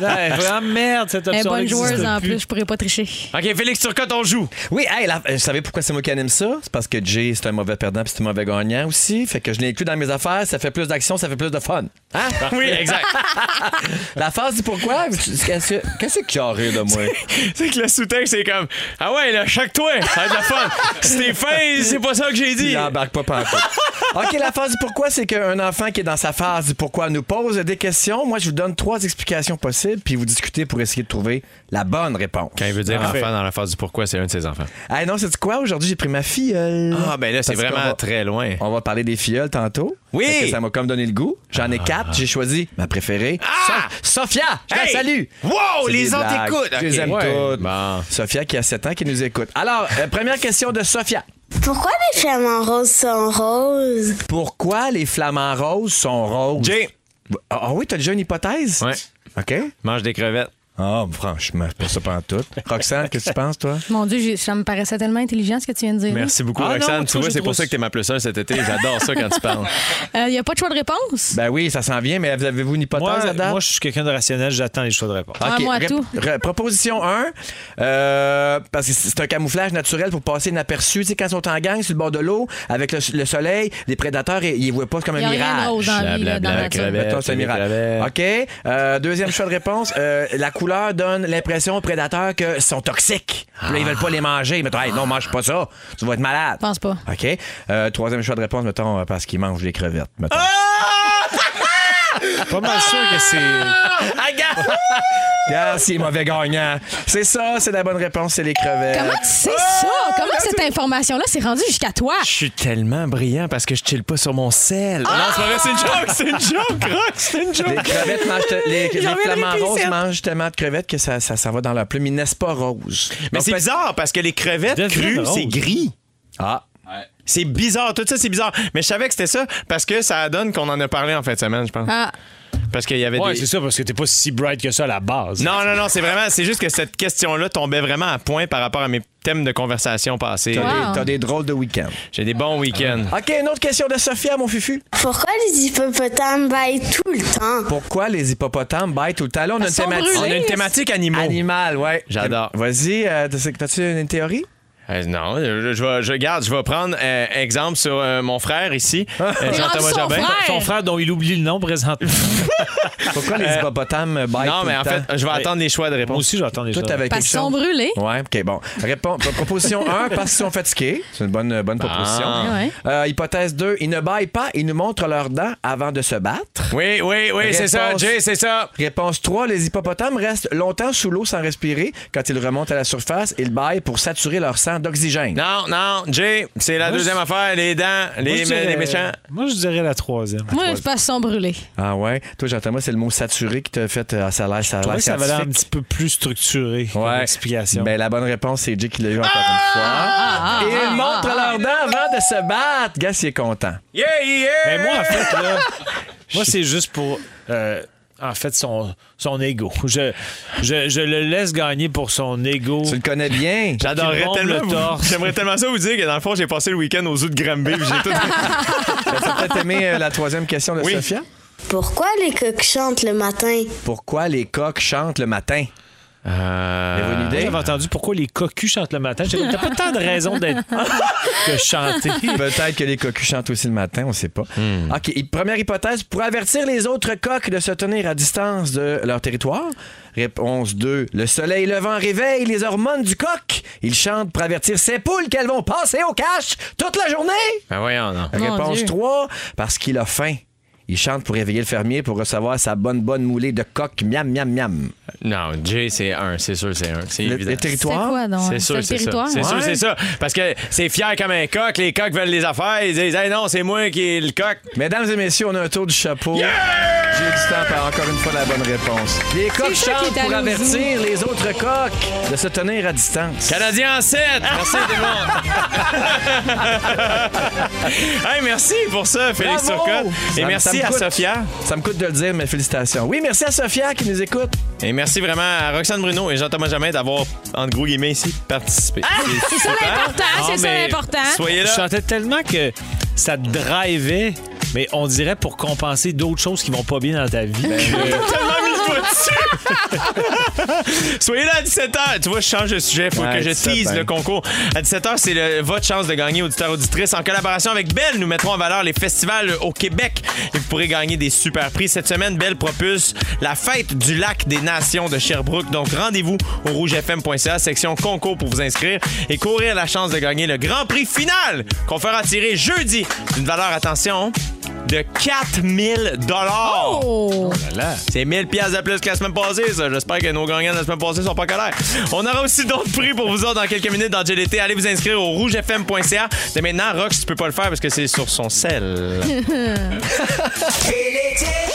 Non, elle est vraiment merde, cette
Elle est
option
Eh, bonne joueuse en
plus.
plus, je pourrais pas tricher.
OK, Félix Turcotte, on <laughs> joue.
<laughs> Oui, hey, la- euh, vous savez pourquoi c'est moi qui anime ça? C'est parce que Jay, c'est un mauvais perdant puis c'est un mauvais gagnant aussi. Fait que je l'ai inclus dans mes affaires, ça fait plus d'action, ça fait plus de fun.
<laughs>
Hein?
Oui, exact.
La phase du pourquoi, qu'est-ce que- qu'est-ce que tu as rire de
<laughs>
moi?
c'est que le sous-texte, c'est comme Ah ouais, là, chaque toi, ça va être la fun. Stéphane, c'est pas ça que j'ai dit.
Il embarque
<laughs>
pas partout. OK, la phase du pourquoi, c'est qu'un enfant qui est dans sa phase du pourquoi nous pose des questions. Moi, je vous donne trois explications possibles, puis vous discutez pour essayer de trouver la bonne réponse.
Quand il veut dire
Parfait.
enfant dans la phase du pourquoi, c'est un de ses enfants.
Hey, non, c'est quoi? Aujourd'hui, j'ai pris ma filleule.
Ah, ben là, c'est
Parce qu'on
vraiment
va-
très loin.
On va parler des filleules tantôt.
Oui.
Fait que ça m'a comme donné le goût. J'en ai quatre. J'ai choisi ma préférée.
Ah!
So- Sophia! Je la
Hey!
salue!
Wow,
C'est
les
des
autres
blagues.
écoutent.
Je les
Ok.
aime
Ouais.
toutes.
Bon.
Sophia qui a 7 ans qui nous écoute. Alors, euh, première question de Sophia.
Pourquoi les femmes en rose sont roses
Pourquoi les flamants roses sont roses?
Jay.
Ah ah oui, t'as déjà une hypothèse?
Ouais.
OK.
Mange des crevettes.
Ah, franchement, c'est pas ça pas en tout. Roxane, qu'est-ce que tu penses, toi?
Mon Dieu, j'ai- ça me paraissait tellement intelligent ce que tu viens de dire.
Merci beaucoup,
Ah non,
Roxane.
moi,
tu
toi,
vois,
j'ai
c'est
trop
pour ça
su-
que t'es ma plus un cet été. J'adore ça quand tu parles.
Il n'y Euh, a pas de choix de réponse?
Ben oui, ça s'en vient, mais avez-vous une hypothèse
Moi,
là-dedans?
moi, je suis quelqu'un de rationnel, j'attends les choix de réponse.
Ah,
Ok,
moi,
rép-
tout.
re- proposition 1, euh, parce que c'est un camouflage naturel pour passer inaperçu. Tu sais, quand ils sont en gang sur le bord de l'eau, avec le, le soleil, les prédateurs, ils ils voient pas comme
Il n'y
un
a rien de rose
mirage.
dans la vie, là, dans la
Blablabla,
nature.
crevette.
Mettons, c'est un
Salut,
mirage.
Clavel.
OK. Euh, deuxième choix de réponse. euh, la couleur donne l'impression aux prédateurs qu'ils sont toxiques. Puis Là, ils veulent pas les manger. Mettons, hey, non, mange pas ça. Tu vas être malade.
Je pense pas.
OK. Euh, troisième choix de réponse, mettons, euh, parce qu'ils mangent les crevettes. Mettons.
Ah!
Pas mal sûr que c'est.
Ah, c'est mauvais gagnant. C'est ça, c'est la bonne réponse, c'est les crevettes.
Comment tu sais ça? Comment cette information-là s'est rendue jusqu'à toi?
Je suis tellement brillant parce que je chill pas sur mon sel. Ah! Non, c'est pas vrai, c'est une joke, c'est une joke, Rox, c'est une joke.
Les crevettes mangent te- les, les
reviendrai
flamants
plus
roses
ici.
mangent tellement de crevettes que ça, ça, ça va dans leur plume. Ils naissent pas roses.
Mais
Donc,
c'est
peut-
bizarre parce que les crevettes
Deviennent
crues,
roses.
c'est gris.
Ah.
C'est bizarre, tout ça c'est bizarre. Mais je savais que c'était ça parce que ça donne qu'on en a parlé en fin de semaine, je pense.
Ah,
Parce qu'il y avait
Ouais,
des.
c'est ça, parce que t'es pas si bright que ça à la base.
Non, non, non, c'est vraiment. C'est juste que cette question-là tombait vraiment à point par rapport à mes thèmes de conversation passés.
Wow.
T'as des- T'as des drôles de week-end.
J'ai des bons week-ends.
Ah.
OK, une autre question de Sophia, mon fufu.
Pourquoi les hippopotames baillent tout le temps?
Pourquoi les hippopotames bêtent tout à l'heure? On a
Elles
une
sont
thématique.
brûlées.
On a une thématique animaux.
Animal, ouais.
J'adore.
Vas-y, euh, t'as- t'as-tu une théorie?
Euh, non, je, je vais, je garde, je vais prendre euh, exemple sur euh, mon frère ici, euh, Jean-Thomas
son
Jobin.
frère.
Son frère dont il oublie le nom présentement.
Pourquoi les hippopotames bêtent tout le temps?
Non, mais en fait,
euh,
je vais
Ouais.
attendre les choix de
Moi
réponse.
aussi, j'entends des
Toi,
choses.
t'avais
Parce
quelque
qu'ils sont
chose?
brûlés.
Ouais, OK, bon. Répon- pro- proposition 1, parce qu'ils sont fatigués. C'est une bonne, bonne proposition.
Ah Ouais.
Euh, hypothèse 2, ils ne baillent pas, ils nous montrent leurs dents avant de se battre.
Oui, oui, oui, c'est ça,
Réponse.
Jay, c'est ça.
Réponse 3, les hippopotames restent longtemps sous l'eau sans respirer. Quand ils remontent à la surface, ils baillent pour saturer leur sang d'oxygène.
Non, non, Jay, c'est la
Moi,
deuxième
je-
affaire, les dents,
Moi,
les,
je dirais-
les méchants.
Moi, je dirais la troisième.
Moi, je pense qu'ils sont brûlés.
Ah ouais? Toi, Jean-Thomas, c'est le mot saturé qui t'a fait euh, ça a l'air, ça a
Je trouvais
l'air
que ça avait l'air un petit
scientifique.
peu plus structuré comme
Ouais.
explication.
Ben, la bonne réponse, c'est Jay qui l'a eu encore
ah,
une fois. Et
ah,
ils montrent leurs dents avant de se battre. Gas, il est content.
Yeah, yeah!
Mais moi, en fait, là, moi, c'est juste pour. euh, en fait, son, son ego. Je, je, je le laisse gagner pour son ego.
Tu le connais <laughs> bien.
J'adorerais
Qui bombe
tellement,
le torse.
j'aimerais tellement ça vous dire que dans le fond, j'ai passé le week-end aux zoo de Granby. puis j'ai <laughs> tout...
T'as peut-être aimé euh, la troisième question de
Oui.
Sophia?
Pourquoi les coqs chantent le matin?
Pourquoi les coqs chantent le matin?
Euh,
Avez-vous une
Moi,
idée?
J'avais entendu pourquoi les cocus chantent le matin. J'ai dit, T'as pas tant de raisons d'être <laughs> que chanter.
Peut-être que les cocus chantent aussi le matin, on sait pas. OK, et première hypothèse, pour avertir les autres coqs de se tenir à distance de leur territoire. Réponse 2, le soleil levant réveille les hormones du coq. Il chante pour avertir ses poules qu'elles vont passer au cache toute la journée.
Ben voyons, non.
Mon
Réponse
Dieu.
3, parce qu'il a faim. Il chante pour réveiller le fermier pour recevoir sa bonne bonne moulée de coq miam miam miam.
Non, Jay, c'est un, c'est sûr, c'est un. C'est
Le,
évident.
le territoire.
donc?
C'est sûr,
le
c'est ça.
territoire?
C'est sûr,
Ouais.
c'est ça. Parce que c'est fier comme un coq. Les coqs veulent les affaires. Ils disent, hey, non, c'est moi qui ai le coq.
Mesdames et messieurs, on a un tour du chapeau. J'ai du temps par encore une fois la bonne réponse. Les coqs
ça
chantent
qui est
pour
allé au zoo.
avertir les autres coqs de se tenir à distance.
Canadien en 7. Merci tout le monde. <laughs> hey, merci pour ça, Félix
Bravo!
Turcotte.
Ça
Et
me- ça
merci
me
à
coûte.
Sophia.
Ça me coûte de le dire, mais félicitations. Oui, merci à Sophia qui nous écoute.
Et merci vraiment à Roxane Bruno et Jean-Thomas Jamin d'avoir, entre gros guillemets, ici, participé.
C'est ça
super.
l'important,
Non,
c'est ça
Ah, mais
l'important.
Soyez
Je
là.
chantais tellement que ça te drivait, mais on dirait pour compenser d'autres choses qui vont pas bien dans ta vie.
Tellement mis le doigt dessus. <laughs> Soyez là à 17h. Tu vois, je change de sujet. Faut
Ouais,
que je
17,
tease
ben.
le concours. À 17h, c'est le- votre chance de gagner, auditeur auditrice. En collaboration avec Belle, nous mettrons en valeur les festivals au Québec. Et vous pourrez gagner des super prix. Cette semaine, Belle propulse la fête du lac des Nations de Sherbrooke. Donc, rendez-vous au rougefm.ca, section concours pour vous inscrire et courir la chance de gagner le grand prix final qu'on fera tirer jeudi d'une valeur, attention, de 4000 dollars.
Oh!
C'est 1000 piastres de plus que la semaine passée, ça. J'espère que nos gagnants de la semaine passée sont pas colères. On aura aussi d'autres prix pour vous autres dans quelques minutes dans JLT. Allez vous inscrire au rougefm.ca. Dès maintenant, Rox, tu peux pas le faire parce que c'est sur son sel.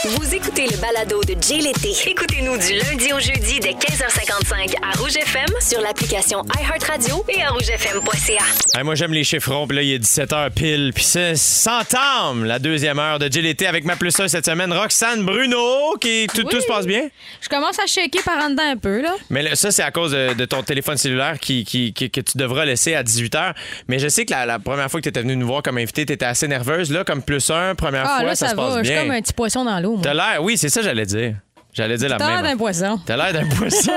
Vous écoutez le balado de Jay l'été. Écoutez-nous du lundi au jeudi dès 15h55 à Rouge FM sur l'application iHeartRadio et à rougefm.ca.
Hey, moi, j'aime les chiffres ronds. Puis là, il est 17h pile. Puis ça s'entame la deuxième heure de JLT avec ma plus 1 cette semaine, Roxane Bruno, qui tout,
Oui.
tout se passe bien.
Je commence à shaker par en dedans un peu, là.
Mais là, ça, c'est à cause de, de ton téléphone cellulaire qui, qui- qui- que tu devras laisser à 18h. Mais je sais que la, la première fois que tu étais venue nous voir comme invité, tu étais assez nerveuse. Là, comme plus un, première
Ah,
fois,
là,
ça,
ça,
se passe
va. Je suis
bien.
comme un petit poisson dans l'eau, moi.
T'as l'air, oui, c'est ça, j'allais dire. J'allais dire la
T'as l'air d'un
même.
poisson.
T'as l'air d'un
<laughs>
poisson.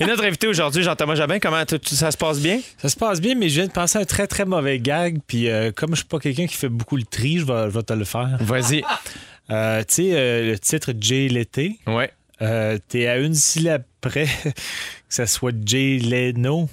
Et notre invité aujourd'hui, Jean-Thomas Jabin, comment tout- tout ça se passe bien?
Ça se passe bien, mais je viens de penser à un très très mauvais gag. Puis euh, comme je suis pas quelqu'un qui fait beaucoup le tri, je vais, je vais te le faire.
Vas-y.
Euh, tu sais, euh, le titre Jay l'été,
Ouais.
euh, t'es à une syllabe près <laughs> que ça soit Jay Leno.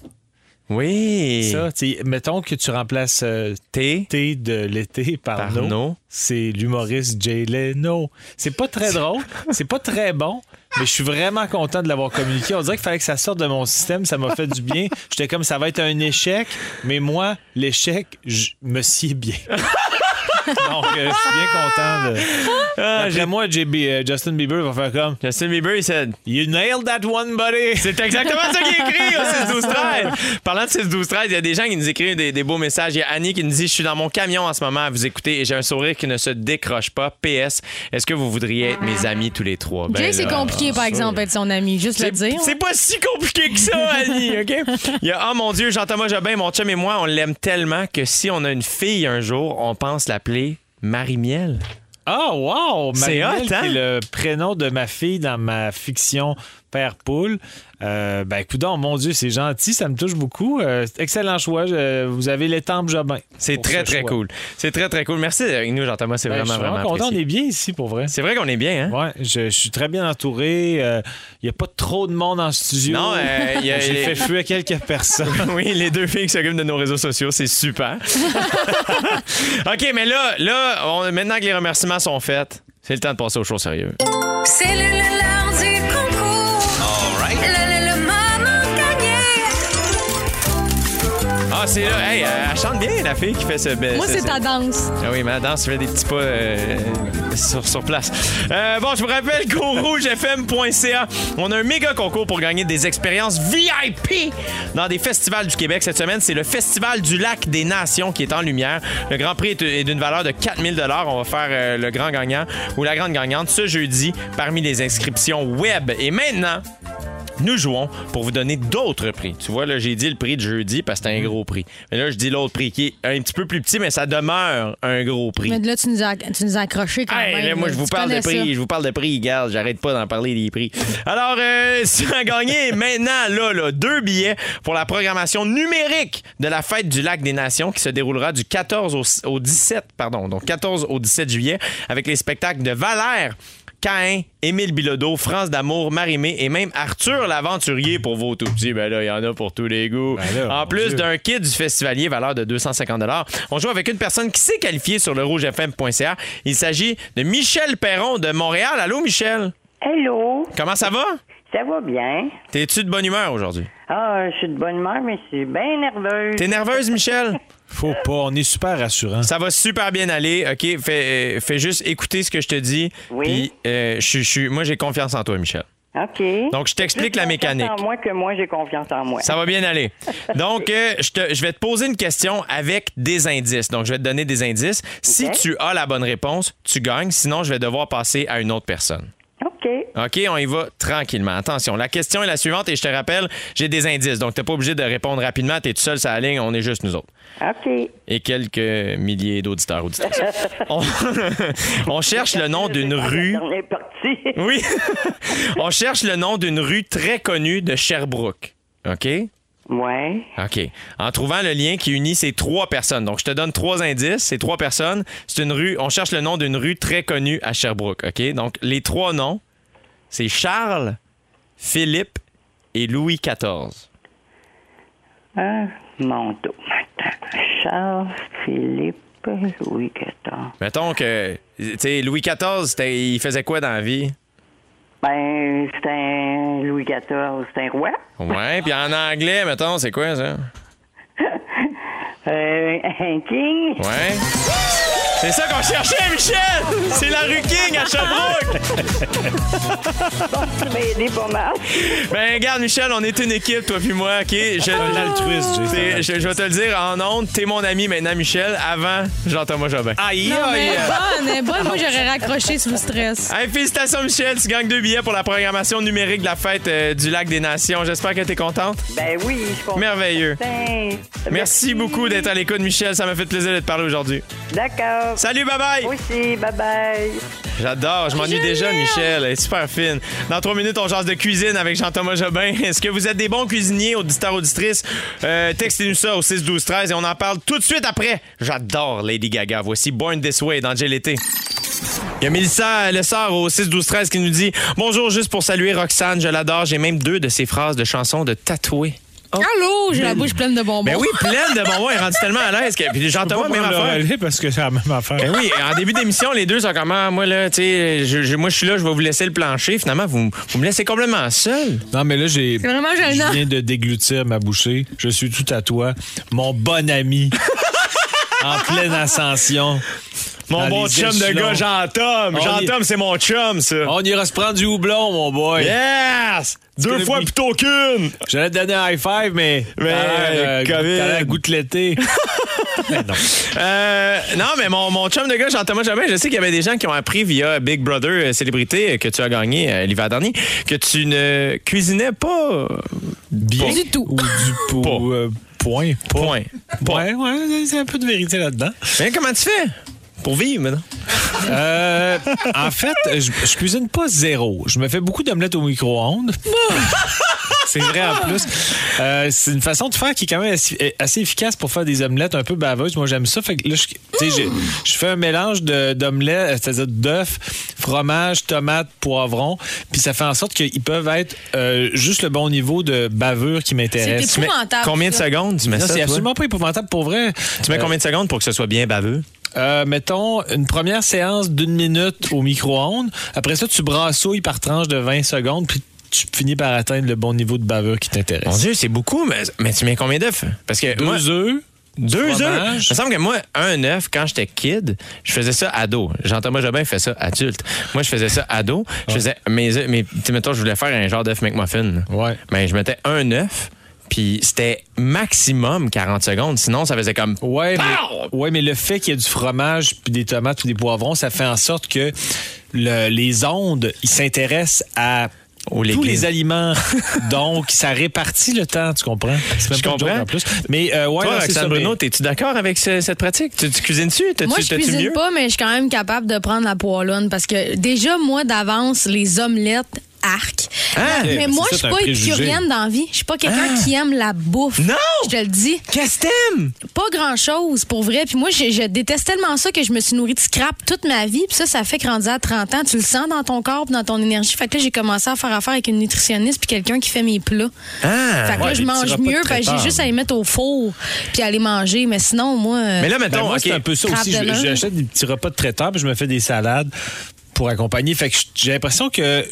Oui.
Ça, tu sais, mettons que tu remplaces euh,
T'es
T de l'été par,
par
No.
nos.
C'est l'humoriste Jay Leno. <laughs> C'est pas très drôle, c'est pas très bon, mais je suis vraiment content de l'avoir communiqué. On dirait qu'il fallait que ça sorte de mon système, ça m'a fait du <laughs> bien. J'étais <laughs> comme ça va être un échec, mais moi, l'échec, je me sied bien. Donc, euh, je suis bien content. De... Après moi, JB, euh, Justin Bieber va faire comme
Justin Bieber, il said.
You nailed that one, buddy.
C'est exactement ça qui est écrit au 6-12-13. Parlant de 6-12-13, il y a des gens qui nous écrivent des, des beaux messages. Il y a Annie qui nous dit Je suis dans mon camion en ce moment à vous écouter et j'ai un sourire qui ne se décroche pas. PS, est-ce que vous voudriez être mes amis tous les trois Ben
Jay, c'est
là,
compliqué, par exemple, être son ami. Juste le
c'est
dire.
c'est pas si compliqué que
<laughs>
ça, Annie, OK? Il y a, oh mon Dieu, Jean-Thomas Jobin, mon chum et moi, on l'aime tellement que si on a une fille un jour, on pense l'appeler Marie-Miel.
Ah, wow!
C'est
Marie-Miel,
hot,
qui est
hein?
le prénom de ma fille dans ma fiction Père Poule. Euh, ben, coudon, mon Dieu, c'est gentil, ça me touche beaucoup. Euh, excellent choix. Je- vous avez l'étampe Jobin.
C'est
pour
très,
ce
très
choix.
cool. C'est très, très cool. Merci d'être avec nous, Jean-Thomas. C'est
Ben, je
vraiment,
suis
vraiment
vraiment content. On
apprécié.
est bien ici, pour vrai.
C'est vrai qu'on est bien, hein?
Ouais, je, je suis très bien entouré. Il n'y a pas trop de monde en studio.
Non, euh, il y a-
<laughs> J'ai fait fuir quelques personnes.
<laughs> Oui, les deux filles qui s'occupent de nos réseaux sociaux, c'est super. <laughs> OK, mais là, là on- maintenant que les remerciements sont faits, c'est le temps de passer aux choses sérieuses.
C'est le, le- l'heure du concours. Le, le, le moment gagné.
Ah, c'est là. Hey, elle, elle chante bien, la fille qui fait ce bel.
Moi,
ce-
c'est
ce-
ta danse.
Ah oui, ma danse fait des petits pas euh, sur, sur place. Euh, bon, je vous rappelle qu'au rougefm.ca, on a un méga concours pour gagner des expériences VIP dans des festivals du Québec. Cette semaine, c'est le Festival du Lac des Nations qui est en lumière. Le grand prix est- est d'une valeur de 4000 On va faire euh, le grand gagnant ou la grande gagnante ce jeudi parmi les inscriptions web. Et maintenant, nous jouons pour vous donner d'autres prix. Tu vois, là, j'ai dit le prix de jeudi parce que c'est un gros prix. Mais là, je dis l'autre prix qui est un petit peu plus petit, mais ça demeure un gros prix.
Mais là, tu nous as, tu nous as accrochés quand
Hey,
même.
là, moi,
là.
je vous
Tu
parle de
connais ça.
prix. Je vous parle de prix, gars. J'arrête pas d'en parler des prix. Alors, euh, <laughs> si on a gagné maintenant, là, là, deux billets pour la programmation numérique de la fête du Lac des Nations qui se déroulera du 14 au, au 17, pardon, donc 14 au 17 juillet avec les spectacles de Valère. Caïn, Émile Bilodeau, France d'amour, Marimé et même Arthur l'aventurier pour vos tout petits. Ben là, il y en a pour tous les goûts.
Ben là,
en
mon
plus
Dieu.
d'un un kit du festivalier valeur de 250 On joue avec une personne qui s'est qualifiée sur le rougefm.ca. Il s'agit de Michel Perron de Montréal. Allô, Michel?
Hello,
Comment ça va?
ça va bien?
T'es-tu de bonne humeur aujourd'hui?
Ah, je suis de bonne humeur, mais je suis bien nerveuse.
T'es nerveuse, Michel?
Faut pas, on est super rassurant.
Ça va super bien aller. OK, fais, euh, fais juste écouter ce que je te dis.
Oui.
Puis, euh, je suis- je suis- moi, j'ai confiance en toi, Michel.
OK.
Donc, je t'explique
Plus
la
confiance
mécanique.
en moi que moi, j'ai confiance en moi.
Ça va bien aller. Donc, euh, je, te- je vais te poser une question avec des indices. Donc, je vais te donner des indices. Si
Ok.
tu as la bonne réponse, tu gagnes. Sinon, je vais devoir passer à une autre personne.
OK.
OK, on y va tranquillement. Attention, la question est la suivante et je te rappelle, j'ai des indices. Donc, t'es pas obligé de répondre rapidement. T'es tout seul sur la ligne. On est juste nous autres.
OK.
Et quelques milliers d'auditeurs, auditrices. on, <laughs> on cherche le nom d'une rue.
On est parti.
<laughs> Oui. on cherche le nom d'une rue très connue de Sherbrooke. OK?
ouais.
OK. En trouvant le lien qui unit ces trois personnes. Donc, je te donne trois indices. Ces trois personnes, c'est une rue. On cherche le nom d'une rue très connue à Sherbrooke. OK? Donc, les trois noms, c'est Charles, Philippe et Louis XIV.
Ah, mon dos. Attends. Charles, Philippe, Louis XIV.
Mettons que, tu sais, Louis XIV, c'était- il faisait quoi dans la vie?
Ben, c'est un Louis XIV, c'est un roi.
Ouais. Puis en anglais, mettons, c'est quoi ça?
Euh, un king.
Ouais. C'est ça qu'on cherchait, Michel! C'est la rue King à Sherbrooke! Oh.
<laughs> Tu m'as aidé pas mal.
Ben, regarde, Michel, on est une équipe, toi puis moi, OK? Je,
Un altruiste, Jason.
T'es- je, je vais te le dire en ondes, t'es mon ami maintenant, Michel, avant Jean-Thomas Jobin.
Aïe,
Non, mais
aïe.
bonne, elle est bonne. Moi, j'aurais raccroché sous le stress.
Hey, félicitations, Michel, tu gagnes deux billets pour la programmation numérique de la fête euh, du Lac des Nations. J'espère que t'es contente.
Ben oui, je comprends.
Merveilleux.
Merci,
Merci beaucoup d'être à l'écoute, Michel. Ça m'a fait plaisir de te parler aujourd'hui.
D'accord.
Salut, bye-bye!
Moi aussi, bye bye.
J'adore, je m'ennuie déjà, de Michel. Elle est super fine. Dans trois minutes, on jase de cuisine avec Jean-Thomas Jobin. <laughs> Est-ce que vous êtes des bons cuisiniers, auditeurs, auditrices? Euh, Textez-nous ça au 6 12 13 et on en parle tout de suite après. J'adore Lady Gaga. Voici Born This Way d'Angel Été. Il y a Mélissa Lessard au 6 12 13 qui nous dit « Bonjour, juste pour saluer Roxane, je l'adore. J'ai même deux de ses phrases de chansons de tatoué.
Allô, j'ai la bouche pleine de bonbons.
Ben oui, pleine de bonbons. Elle est rendue tellement à l'aise. que- Puis Jean-Thomas, même
Prendre le
affaire.
relais parce que c'est la même affaire.
Ben oui, en début d'émission, les deux sont comme Ah, moi là, tu sais, je, je- moi je suis là, je vais vous laisser le plancher. Finalement, vous, vous me laissez complètement seul.
Non, mais là, j'ai.
C'est vraiment gênant.
Je viens de déglutir ma bouchée. Je
<laughs>
suis tout à toi. Mon bon ami. en pleine ascension.
Mon
Dans
bon
les
chum de
échelons.
gars, Jean-Tom.
On y-
Jean-Tom, c'est mon chum, ça.
On ira se prendre du houblon, mon boy.
Yes! Deux
connais
fois
Big-
plutôt qu'une!
J'allais te donner un high five, mais.
Mais,
t'as l'air, euh,
COVID.
t'as
<laughs>
l'air goutteletté. Mais non.
Euh, non, mais mon, mon chum de gars, Jean-Thomas Jobin, je sais qu'il y avait des gens qui ont appris via Big Brother euh, Célébrité euh, que tu as gagné euh, l'hiver dernier que tu ne cuisinais pas euh,
Bien.
Pas.
Du tout.
Ou du
Pas.
pou- euh, point. Pas.
Point. Point.
Ouais, ouais, c'est un peu de vérité là-dedans.
Mais comment tu fais pour vivre maintenant?
Euh, en fait, je, je cuisine pas zéro. Je me fais beaucoup d'omelettes
<laughs>
au micro-ondes. C'est vrai en plus. Euh, c'est une façon de faire qui est quand même assez, assez efficace pour faire des omelettes un peu baveuses. Moi, j'aime ça. Fait que là, je, tu sais, j'ai- je fais un mélange de- d'omelettes, c'est-à-dire d'œufs, fromage, tomate, poivron. Puis ça fait en sorte qu'ils peuvent être euh, juste le bon niveau de bavure qui m'intéresse.
C'est épouvantable,
combien de
ça.
secondes tu mets
Non,
ça?
c'est
toi?
absolument pas épouvantable pour vrai.
Tu mets
Euh,
combien de secondes pour que ce soit bien baveux?
euh, mettons, une première séance d'une minute au micro-ondes. Après ça, tu brassouilles par tranche de 20 secondes, puis tu finis par atteindre le bon niveau de bavure qui
Mon
t'intéresse.
Dieu, c'est beaucoup, mais, mais tu mets combien d'œufs? Parce que moi,
Deux œufs.
Deux œufs.
fromage.
Il me semble que moi, un œuf, quand j'étais kid, je faisais ça ado. Jean-Thomas Jobin fait ça adulte. Moi, je faisais ça ado. Je faisais mes œufs, mes, tu sais, mettons, je voulais faire un genre d'œuf McMuffin.
Ouais.
Mais je mettais un œuf, puis c'était maximum 40 secondes. Sinon, ça faisait comme.
Ouais,
Pow!
mais, ouais, mais le fait qu'il y ait du fromage, puis des tomates ou des poivrons, ça fait en sorte que le- les ondes, ils s'intéressent à
Aux
tous
légumes. <laughs>
les aliments. Donc, ça répartit le temps, tu comprends? C'est même
Je
pas une joke
comprends.
En plus. Mais, euh, ouais,
Toi,
non, c'est
Roxane
ça, mais-
Bruno, es-tu d'accord avec ce- cette pratique? Tu, tu cuisines-tu? T'as-tu-
Moi, je
t'as-tu
cuisine
mieux?
pas, mais je suis quand même capable de prendre la poêlonne parce que déjà, moi, d'avance, les omelettes, arc.
Ah,
mais
mais
moi,
c'est
je suis
ça, t'as un
pas
préjugé. Ah.
épicurienne dans la vie. Je suis pas quelqu'un qui aime la bouffe.
Non!
Je te le dis.
Qu'est-ce que t'aimes?
Pas grand-chose, pour vrai. Puis moi, je, je déteste tellement ça que je me suis nourrie de scrap toute ma vie. Puis ça, ça fait que rendu à 30 ans, tu le sens dans ton corps, puis dans ton énergie. Fait que là, j'ai commencé à faire affaire avec une nutritionniste puis quelqu'un qui fait mes plats.
Ah!
fait que là,
ouais,
je
des petits
mange
repas de
mieux. Fait que j'ai
traiteur.
juste à les mettre au four puis à les manger. Mais sinon, moi... euh,
Mais là,
Ben,
mettons,
moi,
OK.
c'est un peu ça
Crabe
aussi.
de
Je-
lin.
J'achète des petits repas de traiteur, puis je me fais des salades pour accompagner. Fait que j'ai l'impression que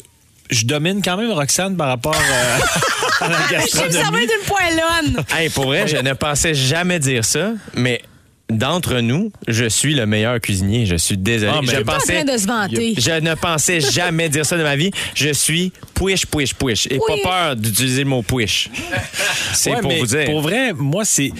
je domine quand même Roxane par rapport euh, <laughs> à la
Je vais me servir
gastronomie.
d'une poêlonne.
Hey, pour vrai, je ne pensais jamais dire ça, mais d'entre nous, je suis le meilleur cuisinier. Je suis désolé.
Ah, mais
je
il est
pas en
pensais,
train de se vanter.
Je ne pensais jamais dire ça de ma vie. Je suis push, push, push. Et
Oui.
pas peur d'utiliser le mot push. C'est
Ouais,
pour
mais
vous dire.
Pour vrai, moi, c'est.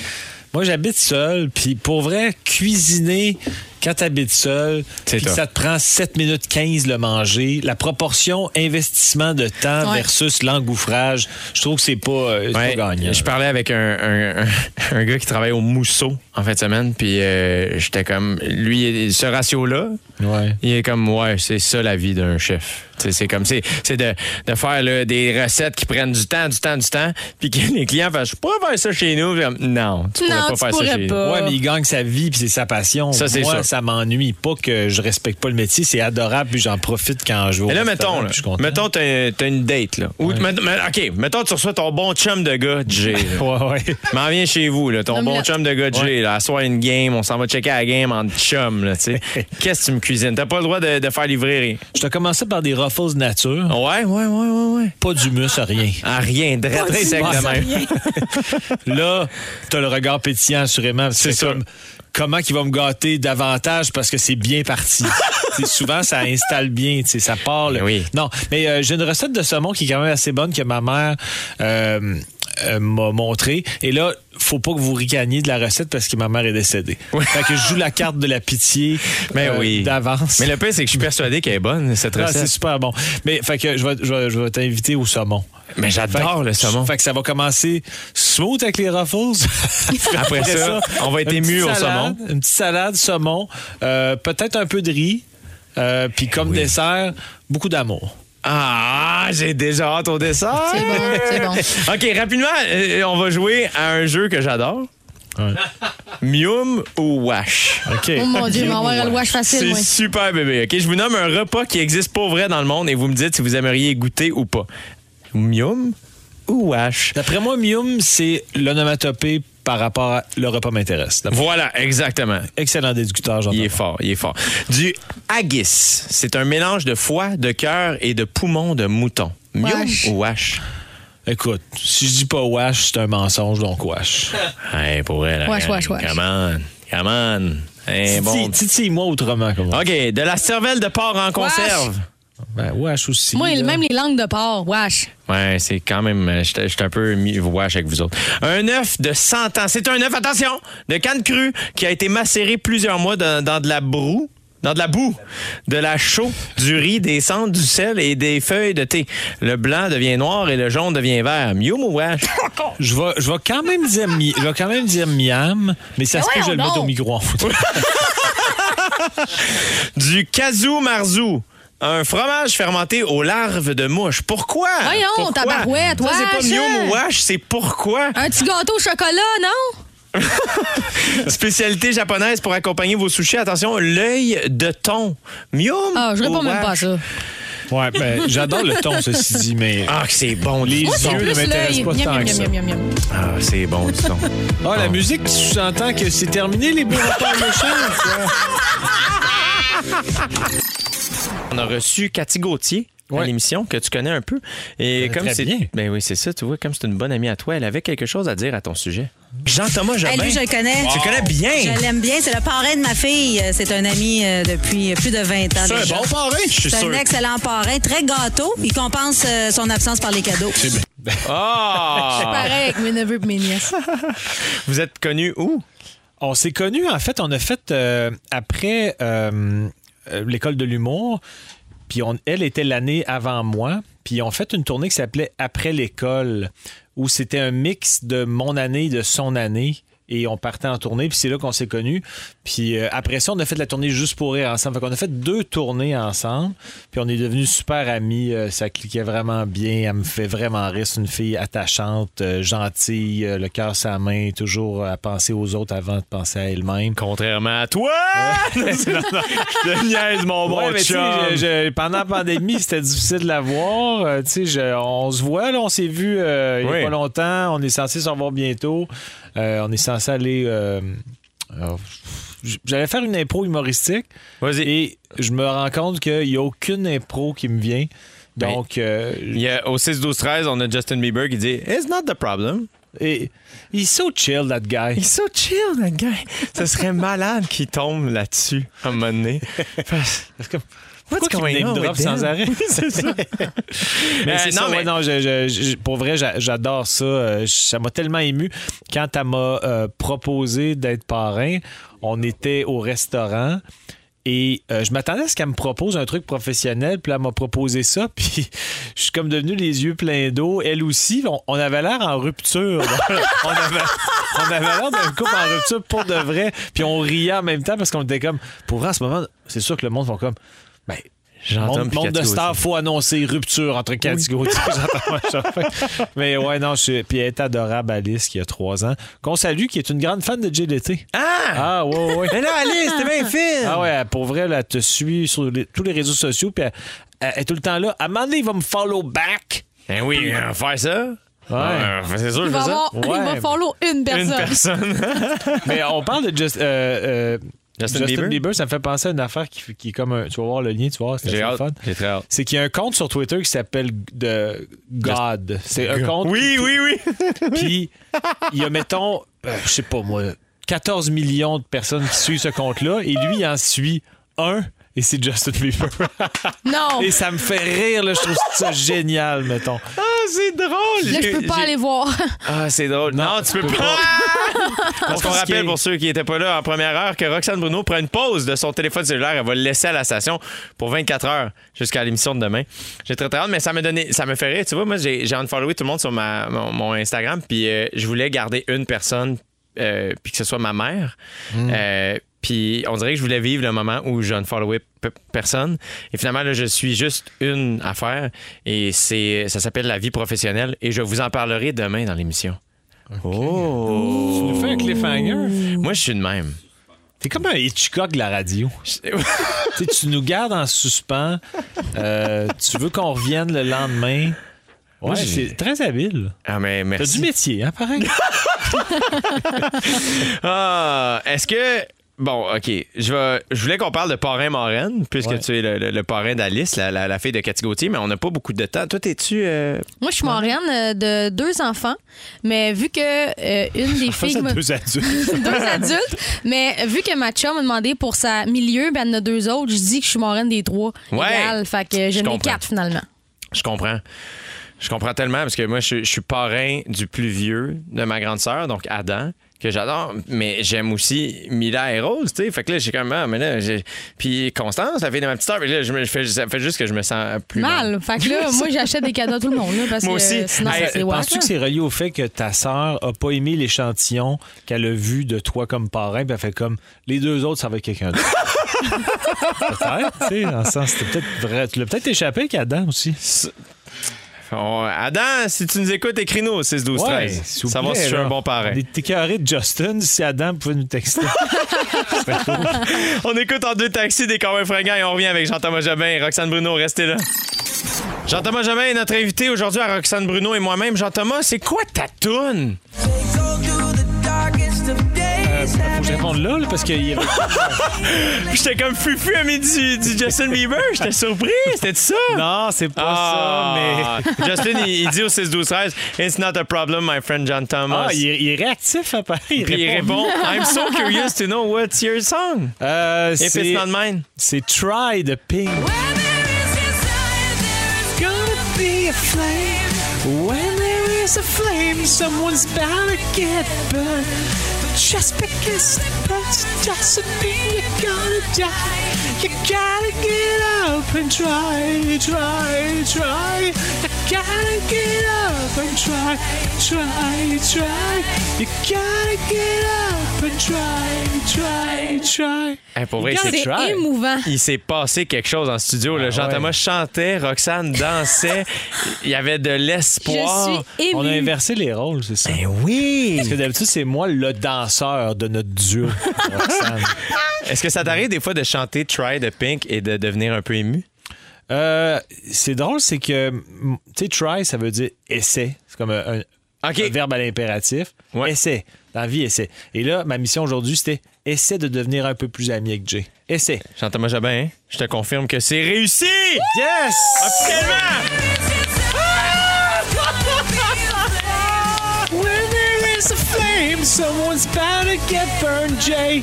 Moi, j'habite seul, puis pour vrai, cuisiner quand t'habites seul,
C'est
puis que
tough.
ça te prend 7 minutes 15 le manger, la proportion investissement de temps
Ouais.
versus l'engouffrage, je trouve que c'est pas, euh, c'est
Ouais,
pas gagnant.
Je parlais avec un, un- un- un gars qui travaille au Mousseau en fin de semaine, puis euh, j'étais comme, lui, ce ratio-là,
Ouais.
il est comme, ouais, c'est ça la vie d'un chef. Tu sais, C'est comme, c'est c'est de, de faire là, des recettes qui prennent du temps, du temps, du temps, puis que les clients fassent, je pourrais faire ça chez nous. Puis comme, non, tu pourrais
Non,
pas faire
tu
ça
pourrais
chez
pas.
nous.
Ouais, mais il gagne sa vie puis c'est sa passion.
Ah. Ça, c'est
Moi,
sûr.
ça m'ennuie pas que je respecte pas le métier. C'est adorable puis j'en profite quand je vais. au
Mais là,
restaurant,
mettons,
puis
là,
je suis content.
mettons, t'as t'as une date, là. Ou, mettons- mais- OK, mettons, tu reçois ton bon chum de gars, Jay. là.
<laughs> Ouais, ouais.
M'en viens chez vous, là, ton
Nomme-le.
bon chum de gars de Jay, là, à soir une game, on s'en va checker la game en chum, là, tu
<laughs>
sais. Qu'est-ce que tu me cuisines? T'as pas le droit de, de faire livrer rien.
Je te commençais par des ruffles nature.
Ouais, ouais, ouais, ouais, ouais.
Pas d'humus, rien.
Ah, rien, de très sec de même.
<laughs> Là, t'as le regard pétillant, assurément. C'est
sûr.
comme comment qu'il va me gâter davantage parce que c'est
<laughs>
bien parti. T'sais, souvent, ça installe bien, t'sais, ça parle.
Mais Ben oui.
Non, mais euh, j'ai une recette de saumon qui est quand même assez bonne que ma mère euh, euh, m'a montrée. Et là, faut pas que vous ricaniez de la recette parce que ma mère est décédée. Fait que je joue la carte de la pitié
Mais
euh,
Ben oui.
d'avance.
Mais le pire, c'est que je suis persuadé qu'elle est bonne, cette
Ah, c'est
recette.
super bon. Mais fait que je vais, je vais- je vais t'inviter au saumon.
Mais j'adore
Fait-
le saumon.
Fait que ça va commencer smooth avec les ruffles.
<laughs> Après ça, on va être
une
ému
petite
au
salade,
saumon.
Une petite salade, saumon, euh, peut-être un peu de riz. euh, Puis comme dessert, beaucoup d'amour.
Ah, j'ai déjà hâte au dessert.
C'est bon,
<laughs>
c'est bon.
OK, rapidement, euh, on va jouer à un jeu que j'adore. Mium ou Wash?
OK.
Oh mon Dieu, m'en avoir le wash facile,
C'est
moi.
super bébé. OK, je vous nomme un repas qui existe pour vrai dans le monde et vous me dites si vous aimeriez goûter ou pas. Mium ou Wash?
D'après moi, Mium, c'est l'onomatopée par rapport à le repas m'intéresse. D'après-
Voilà, exactement.
Excellent déducteur, jean
Il est fort, il est fort. Du haggis, c'est un mélange de foie, de cœur et de poumon de mouton. Mium
Wesh.
ou
<laughs>
wash?
Écoute, si je dis pas wash, c'est un mensonge, donc wash.
Hey, pour elle,
Wesh,
gang,
wesh, wesh.
Come on, come on. Un Eh bon.
Titi, moi autrement, comment?
OK, de la cervelle de porc en conserve.
Ben, wesh aussi.
Moi,
là.
même les langues de porc, wesh.
Ouais, c'est quand même. euh, J'étais j'étais un peu mi-wash avec vous autres. Un œuf de 100 ans. C'est un œuf, attention, de canne crue qui a été macéré plusieurs mois dans, dans de la broue. Dans de la boue, de la chaux, du riz, des cendres, du sel et des feuilles de thé. Le blanc devient noir et le jaune devient vert. Miam ou wash?
Je vais, je vais quand même dire mi- je vais quand même dire miam,
Ben
mais ça
Mais
se peut que je le
voyons
mette au
donc.
micro-ondes. <laughs>
Du kazou marzou. Un fromage fermenté aux larves de mouche. Pourquoi?
<laughs> Voyons,
Ah, Pourquoi?
tabarouette,
Ça, c'est pas
wesh,
miam
hein?
ou wash, c'est pourquoi?
Un petit gâteau au chocolat, non?
Spécialité japonaise pour accompagner vos sushis. Attention, l'œil de thon. Miam.
Ah, je réponds
ou
même
Oh, wash?
pas à ça.
Ouais, ben, j'adore le ton, ceci dit, mais.
Ah, que c'est bon, les
Moi, c'est
yeux ne
plus
m'intéressent
l'œil.
pas
Miam,
tant
miam,
que ça.
miam, miam, miam.
Ah, c'est bon, du
<laughs>
thon.
Ah, la musique qui sous-entend que c'est terminé, les bureaux de
On a reçu Cathy Gauthier. à
Ouais.
l'émission que tu connais un peu et comme
très
c'est
bien.
ben oui c'est ça tu vois comme c'est une bonne amie à toi elle avait quelque chose à dire à ton sujet Jean-Thomas Jobin
Hey, lui, je le connais.
tu connais bien
Je l'aime bien. C'est le parrain de ma fille. C'est un ami euh, depuis plus de 20
Ah,
ans. déjà.
parrain je suis
C'est un
sûr
excellent parrain, très gâteau. Il compense euh, son absence par les cadeaux.
ah
Pareil avec mes neveux et mes nièces.
vous êtes connu où
On s'est connus, en fait, on a fait euh, après euh, euh, l'école de l'humour. Puis on- elle était l'année avant moi. Puis on fait une tournée qui s'appelait Après l'école, où c'était un mix de mon année, de son année. Et on partait en tournée, puis c'est là qu'on s'est connus. Puis euh, après ça, on a fait la tournée juste pour rire ensemble. Fait qu'on a fait deux tournées ensemble, puis on est devenus super amis. Euh, ça cliquait vraiment bien. Elle me fait vraiment rire. C'est une fille attachante, euh, gentille, euh, le cœur sa main, toujours à penser aux autres avant de penser à elle-même.
contrairement à toi <laughs> je te niaise mon
Ouais,
bon
mais tu sais,
chum
je- je- pendant la pandémie, c'était difficile de la voir. Euh, tu sais, je- on se voit, là, on s'est vu euh, il n'y
Oui.
a pas longtemps. On est censé se revoir bientôt. Euh, on est censé aller. euh, euh, J'allais faire une impro humoristique
vas-y
et je me rends compte qu'il n'y a aucune impro qui me vient. Donc, euh,
Ben, Il y a- au 6-12-13, on a Justin Bieber qui dit It's not the problem.
et, he's so chill, that guy.
He's so chill, that guy. Ce serait malade qu'il tombe
<laughs>
là-dessus à un moment donné. What's
Pourquoi qu'il me name drop sans arrêt?
C'est ça.
<laughs> Mais
Euh,
c'est
non,
ça, ouais,
mais-
non, je- je- je- pour vrai, j'a- j'adore ça. Euh, Ça m'a tellement ému. Quand elle m'a euh, proposé d'être parrain, on était au restaurant. Et euh, je m'attendais à ce qu'elle me propose un truc professionnel, puis elle m'a proposé ça, <laughs> puis je suis comme devenu les yeux pleins d'eau. Elle aussi, on, on avait l'air en rupture. <laughs> on avait, on avait l'air d'un couple en rupture pour de vrai, puis on riait en même temps parce qu'on était comme, pour vrai, en ce moment, c'est sûr que le monde font comme, ben,
J'entends
Monde, monde de
Pikachu
star,
aussi.
faut annoncer rupture entre Cathy Gauthier. J'entends
<laughs>
ma chauffeur. Mais ouais, non, je suis... Puis elle est adorable, Alice, qui a trois ans. Qu'on salue, qui est une grande fan de GDT.
Ah!
Ah, ouais, ouais, ouais.
Mais là, Alice, t'es bien fine!
Ah ouais, elle, pour vrai, là, elle te suit sur les- tous les réseaux sociaux, puis elle, elle- elle est tout le temps là. À un moment donné, il va me follow back.
Ben oui, on va faire ça.
Ouais.
Ah, c'est sûr, je
Il
fais
va,
ça.
avoir, il va
Ouais.
follow une personne.
Une
<laughs>
personne.
Mais on parle de Just- euh, euh,
Justin
Justin,
Bieber?
Bieber. Ça me fait penser à une affaire qui, qui est comme un... Tu vas voir le lien, tu vas voir, c'est
J'ai
assez
hâte.
fun.
J'ai très hâte.
C'est qu'il y a un compte sur Twitter qui s'appelle de God. C'est un compte
Oui, oui, oui.
Puis, il y a, mettons, euh, je sais pas moi, 14 millions de personnes qui suivent ce compte-là, et lui, il en suit un, et c'est Justin Bieber.
Non.
et ça me fait rire, là, je trouve ça génial, mettons.
Ah, c'est drôle.
Là, je peux pas aller voir. <laughs>
Ah, c'est drôle. Non, tu peux pas. Parce qu'on
Confisqué.
rappelle pour ceux qui n'étaient pas là en première heure que Roxane Bruno prend une pause de son téléphone cellulaire. Elle va le laisser à la station pour 24 heures jusqu'à l'émission de demain. J'ai très très hâte, mais ça me donné, ça me fait rire. Tu vois, moi, j'ai j'ai unfollowé tout le monde sur ma, mon, mon Instagram, puis euh, je voulais garder une personne, euh, puis que ce soit ma mère. Euh, puis on dirait que je voulais vivre le moment où je unfollowais pe- personne. Et finalement, là, je suis juste une affaire. Et c'est ça s'appelle la vie professionnelle. Et je vous en parlerai demain dans l'émission.
Tu nous fais un cliffhanger.
Moi, je suis de même.
T'es comme un Hitchcock de la <laughs> radio. Tu sais, tu nous gardes en suspens, euh, tu veux qu'on revienne le lendemain. Ouais,
j'ai-
c'est très habile.
Ah, mais
T'as <laughs>
merci.
du métier, hein, pareil.
Ah, est-ce que Bon, OK. Je, vais- je voulais qu'on parle de parrain-marraine, puisque
Ouais.
tu es le, le- le parrain d'Alice, la, la- la fille de Cathy Gauthier, mais on n'a pas beaucoup de temps. Toi, t'es-tu. euh,
Moi, je suis moraine euh, de deux enfants, mais vu que euh,
<laughs>
une des filles. m'a-
deux adultes.
<laughs> deux adultes, mais vu que ma chum m'a demandé pour sa milieu, ben elle en a deux autres, je dis que je suis moraine des trois.
Ouais.
Égales, fait que
Je
j'en ai
comprends.
quatre finalement.
Je comprends. Je comprends tellement parce que moi, je, je suis parrain du plus vieux de ma grande sœur, donc Adam, que j'adore, mais j'aime aussi Mila et Rose, tu sais. Fait que là, j'ai comme, ah, mais là, j'ai- Puis Constance, la fille de ma petite sœur, mais là, je me- je fais- ça fait juste que je me sens plus mal.
Mal. Fait
<laughs>
que là, moi, j'achète des cadeaux à tout le monde. là, parce
Moi
que
aussi.
Sinon,
Hey,
c'est wack,
Penses-tu
là.
que c'est relié au fait que ta sœur a pas aimé l'échantillon qu'elle a vu de toi comme parrain, puis elle fait comme les deux autres, ça va être quelqu'un d'autre? <laughs> peut-être, tu sais, dans le sens, c'était peut-être vrai. Tu l'as peut-être échappé qu'Adam aussi.
On- Adam, si tu nous écoutes, écris-nous au 6 12 13
s'il vous
Ça va
plaît,
si je suis
là.
un bon parrain.
On est écœurés de Justin, si Adam pouvait nous texter.
On écoute en deux taxis des Cowboys fringants et on revient avec Jean-Thomas Jobin et Roxane Bruno. Restez là. Jean-Thomas Jobin est notre invité aujourd'hui à Roxane Bruno et moi-même. Jean-Thomas, c'est quoi ta toune?
<laughs> Euh, faut que je réponde là, là, parce qu'il y <laughs> avait
J'étais comme fufu à midi du, du Justin Bieber. J'étais surpris. C'était ça?
Non, c'est pas ça, mais.
mais... Justin, il, il dit au 6-12-13, « It's not a problem, my friend John Thomas.
Ah, il est, il est réactif, à Paris. Il
Puis il
répond. <laughs>
répond, « I'm so curious to know what's your song.
Euh,
If
c'est-
it's not mine.
c'est Try the Pink. When there is a flame, someone's bound to get burned. Just because the person doesn't mean you're gonna die. You gotta get up and try, try, try. You gotta get up and try, try, try. You gotta get up and try, try, try.
Hey, pour vrai,
Regarde,
c'est
C'est Ben
try.
émouvant.
il s'est passé quelque chose en studio. là. Jean-Thomas chantait, Roxane dansait. il y avait de
Je
l'espoir.
suis émue.
On a inversé les rôles, c'est ça?
Ben oui!
Parce que d'habitude, c'est moi le danseur de
<laughs>
notre duo. Roxane.
Est-ce que ça t'arrive des fois de chanter Try de Pink et de devenir un peu ému?
Euh, c'est drôle, c'est que, mm, tu sais, try, ça veut dire essaie. C'est comme un, un-
OK.
un verbe à l'impératif.
Ouais.
Essaie. Dans la vie, essaie. Et là, ma mission aujourd'hui, c'était essaie de devenir un peu plus ami avec Jay. Essaie.
Jean-Thomas Jobin, hein? je te confirme que c'est réussi!
Yes!
Officiellement!
When there is a flame, someone's bound to get burned,
<laughs>
Jay.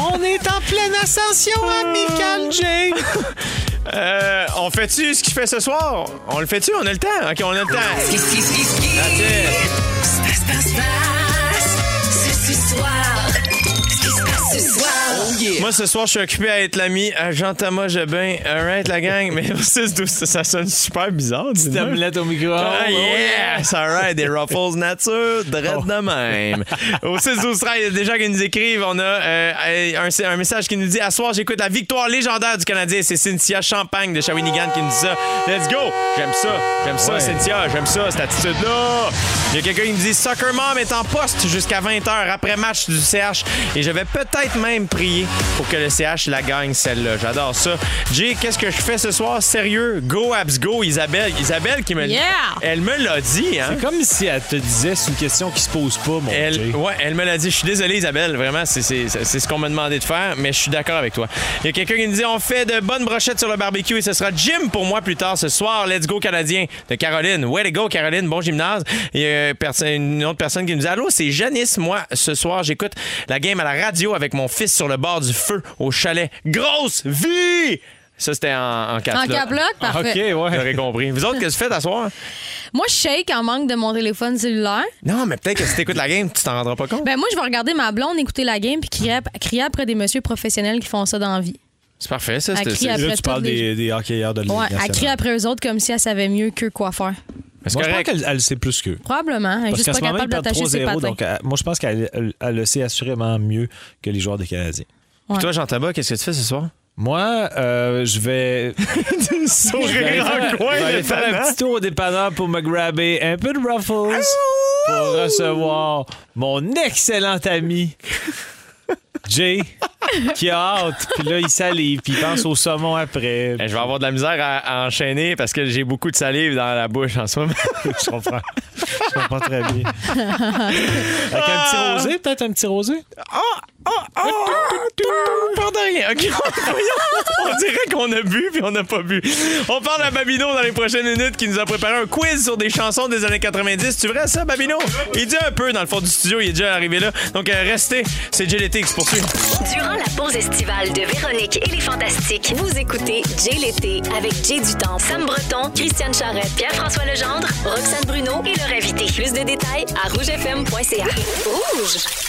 On est en pleine ascension amicale, Jay.
Euh, on fait-tu ce qu'il fait ce soir? On le fait-tu? On a le temps? OK, on a le temps. Moi, ce soir, je suis occupé à être l'ami à Jean-Thomas Jobin. All right, la gang. <laughs> Mais 6-12, ça, ça sonne super bizarre. dis donc.
Tablette au micro.
Ah, yes! <laughs> All right, des Ruffles nature, dread de même. Au 6 12 13 il y a des gens qui nous écrivent. On a euh, un, un message qui nous dit « À soir, j'écoute la victoire légendaire du Canadien. » C'est Cynthia Champagne de Shawinigan qui nous dit ça. Let's go! J'aime ça, j'aime ça,
Ouais.
Cynthia. J'aime ça, cette attitude-là. Il y a quelqu'un qui nous dit « Soccer Mom est en poste jusqu'à 20h après match du CH. Et je vais peut-être même prier pour que le CH la gagne, celle-là. J'adore ça. Jay, qu'est-ce que je fais ce soir? Sérieux? Go, Abs, go, Isabelle. Isabelle qui me
Yeah!
elle me l'a dit, hein?
C'est comme si elle te disait, c'est une question qui se pose pas, mon Jay.
Elle, ouais, elle me l'a dit. Je suis désolé, Isabelle. Vraiment, c'est c'est- c'est- c'est ce qu'on m'a demandé de faire, mais je suis d'accord avec toi. Il y a quelqu'un qui nous dit on fait de bonnes brochettes sur le barbecue et ce sera Jim pour moi plus tard ce soir. Let's go, Canadien de Caroline. Way to go, Caroline. Bon gymnase. Il y a perso- une autre personne qui nous dit Allô, c'est Janice. Moi, ce soir, j'écoute la game à la radio avec mon fils sur le bord du feu au chalet. Grosse vie! Ça, c'était en, en
En
cap-là.
caploc,
Ah,
parfait.
Ah, OK, ouais.
J'aurais compris. Vous autres, qu'est-ce que vous faites à soir?
Moi, je shake en manque de mon téléphone cellulaire.
Non, mais peut-être que si t'écoutes la game, tu t'en rendras pas compte.
Ben moi, je vais regarder ma blonde, écouter la game, puis crier, ap- crier après des messieurs professionnels qui font ça dans la vie.
C'est parfait, ça.
Elle
c'était-
crie
c'est-
après
Là, tu
tous
parles
les-
des, des hockeyeurs de la Ligue
Ouais, elle
nationale.
crie après eux autres comme si elle savait mieux que quoi faire.
Mais c'est
Moi, je pense
correct.
qu'elle elle sait plus qu'eux.
Probablement. Elle est
Parce
juste
qu'en
pas
ce moment, ils
capable
perdent
d'attacher ses hein.
3-0.
patins.
Donc, elle- moi, je pense qu'elle elle- elle le sait assurément mieux que les joueurs des Canadiens.
Puis toi, Jean Tabac, qu'est-ce que tu fais ce soir?
Moi, euh, je vais. je vais aller
Sourire
faire- je vais aller faire un petit tour au dépanneur pour me grabber un peu de Ruffles pour recevoir mon excellent ami Jay qui a hâte. Puis là, il salive, puis il pense au saumon après.
Eh, Je vais avoir de la misère à, à enchaîner parce que j'ai beaucoup de salive dans la bouche en <laughs> ce moment.
Je comprends. Je comprends très bien. Avec un petit rosé, peut-être un petit rosé?
Pardon, rien. OK, <laughs> voyons. on dirait qu'on a bu puis on n'a pas bu. On parle à Babino dans les prochaines minutes qui nous a préparé un quiz sur des chansons des années 90. Tu verras ça, Babino? Il dit un peu dans le fond du studio, il est déjà arrivé là. Donc euh, restez, c'est JLT qui se poursuit.
Durant la pause estivale de Véronique et les Fantastiques, vous écoutez Jay l'été avec Jay Dutemps, Sam Breton, Christiane Charrette, Pierre-François Legendre, Roxane Bruno et leur invité. Plus de détails à rougefm.ca. Rouge!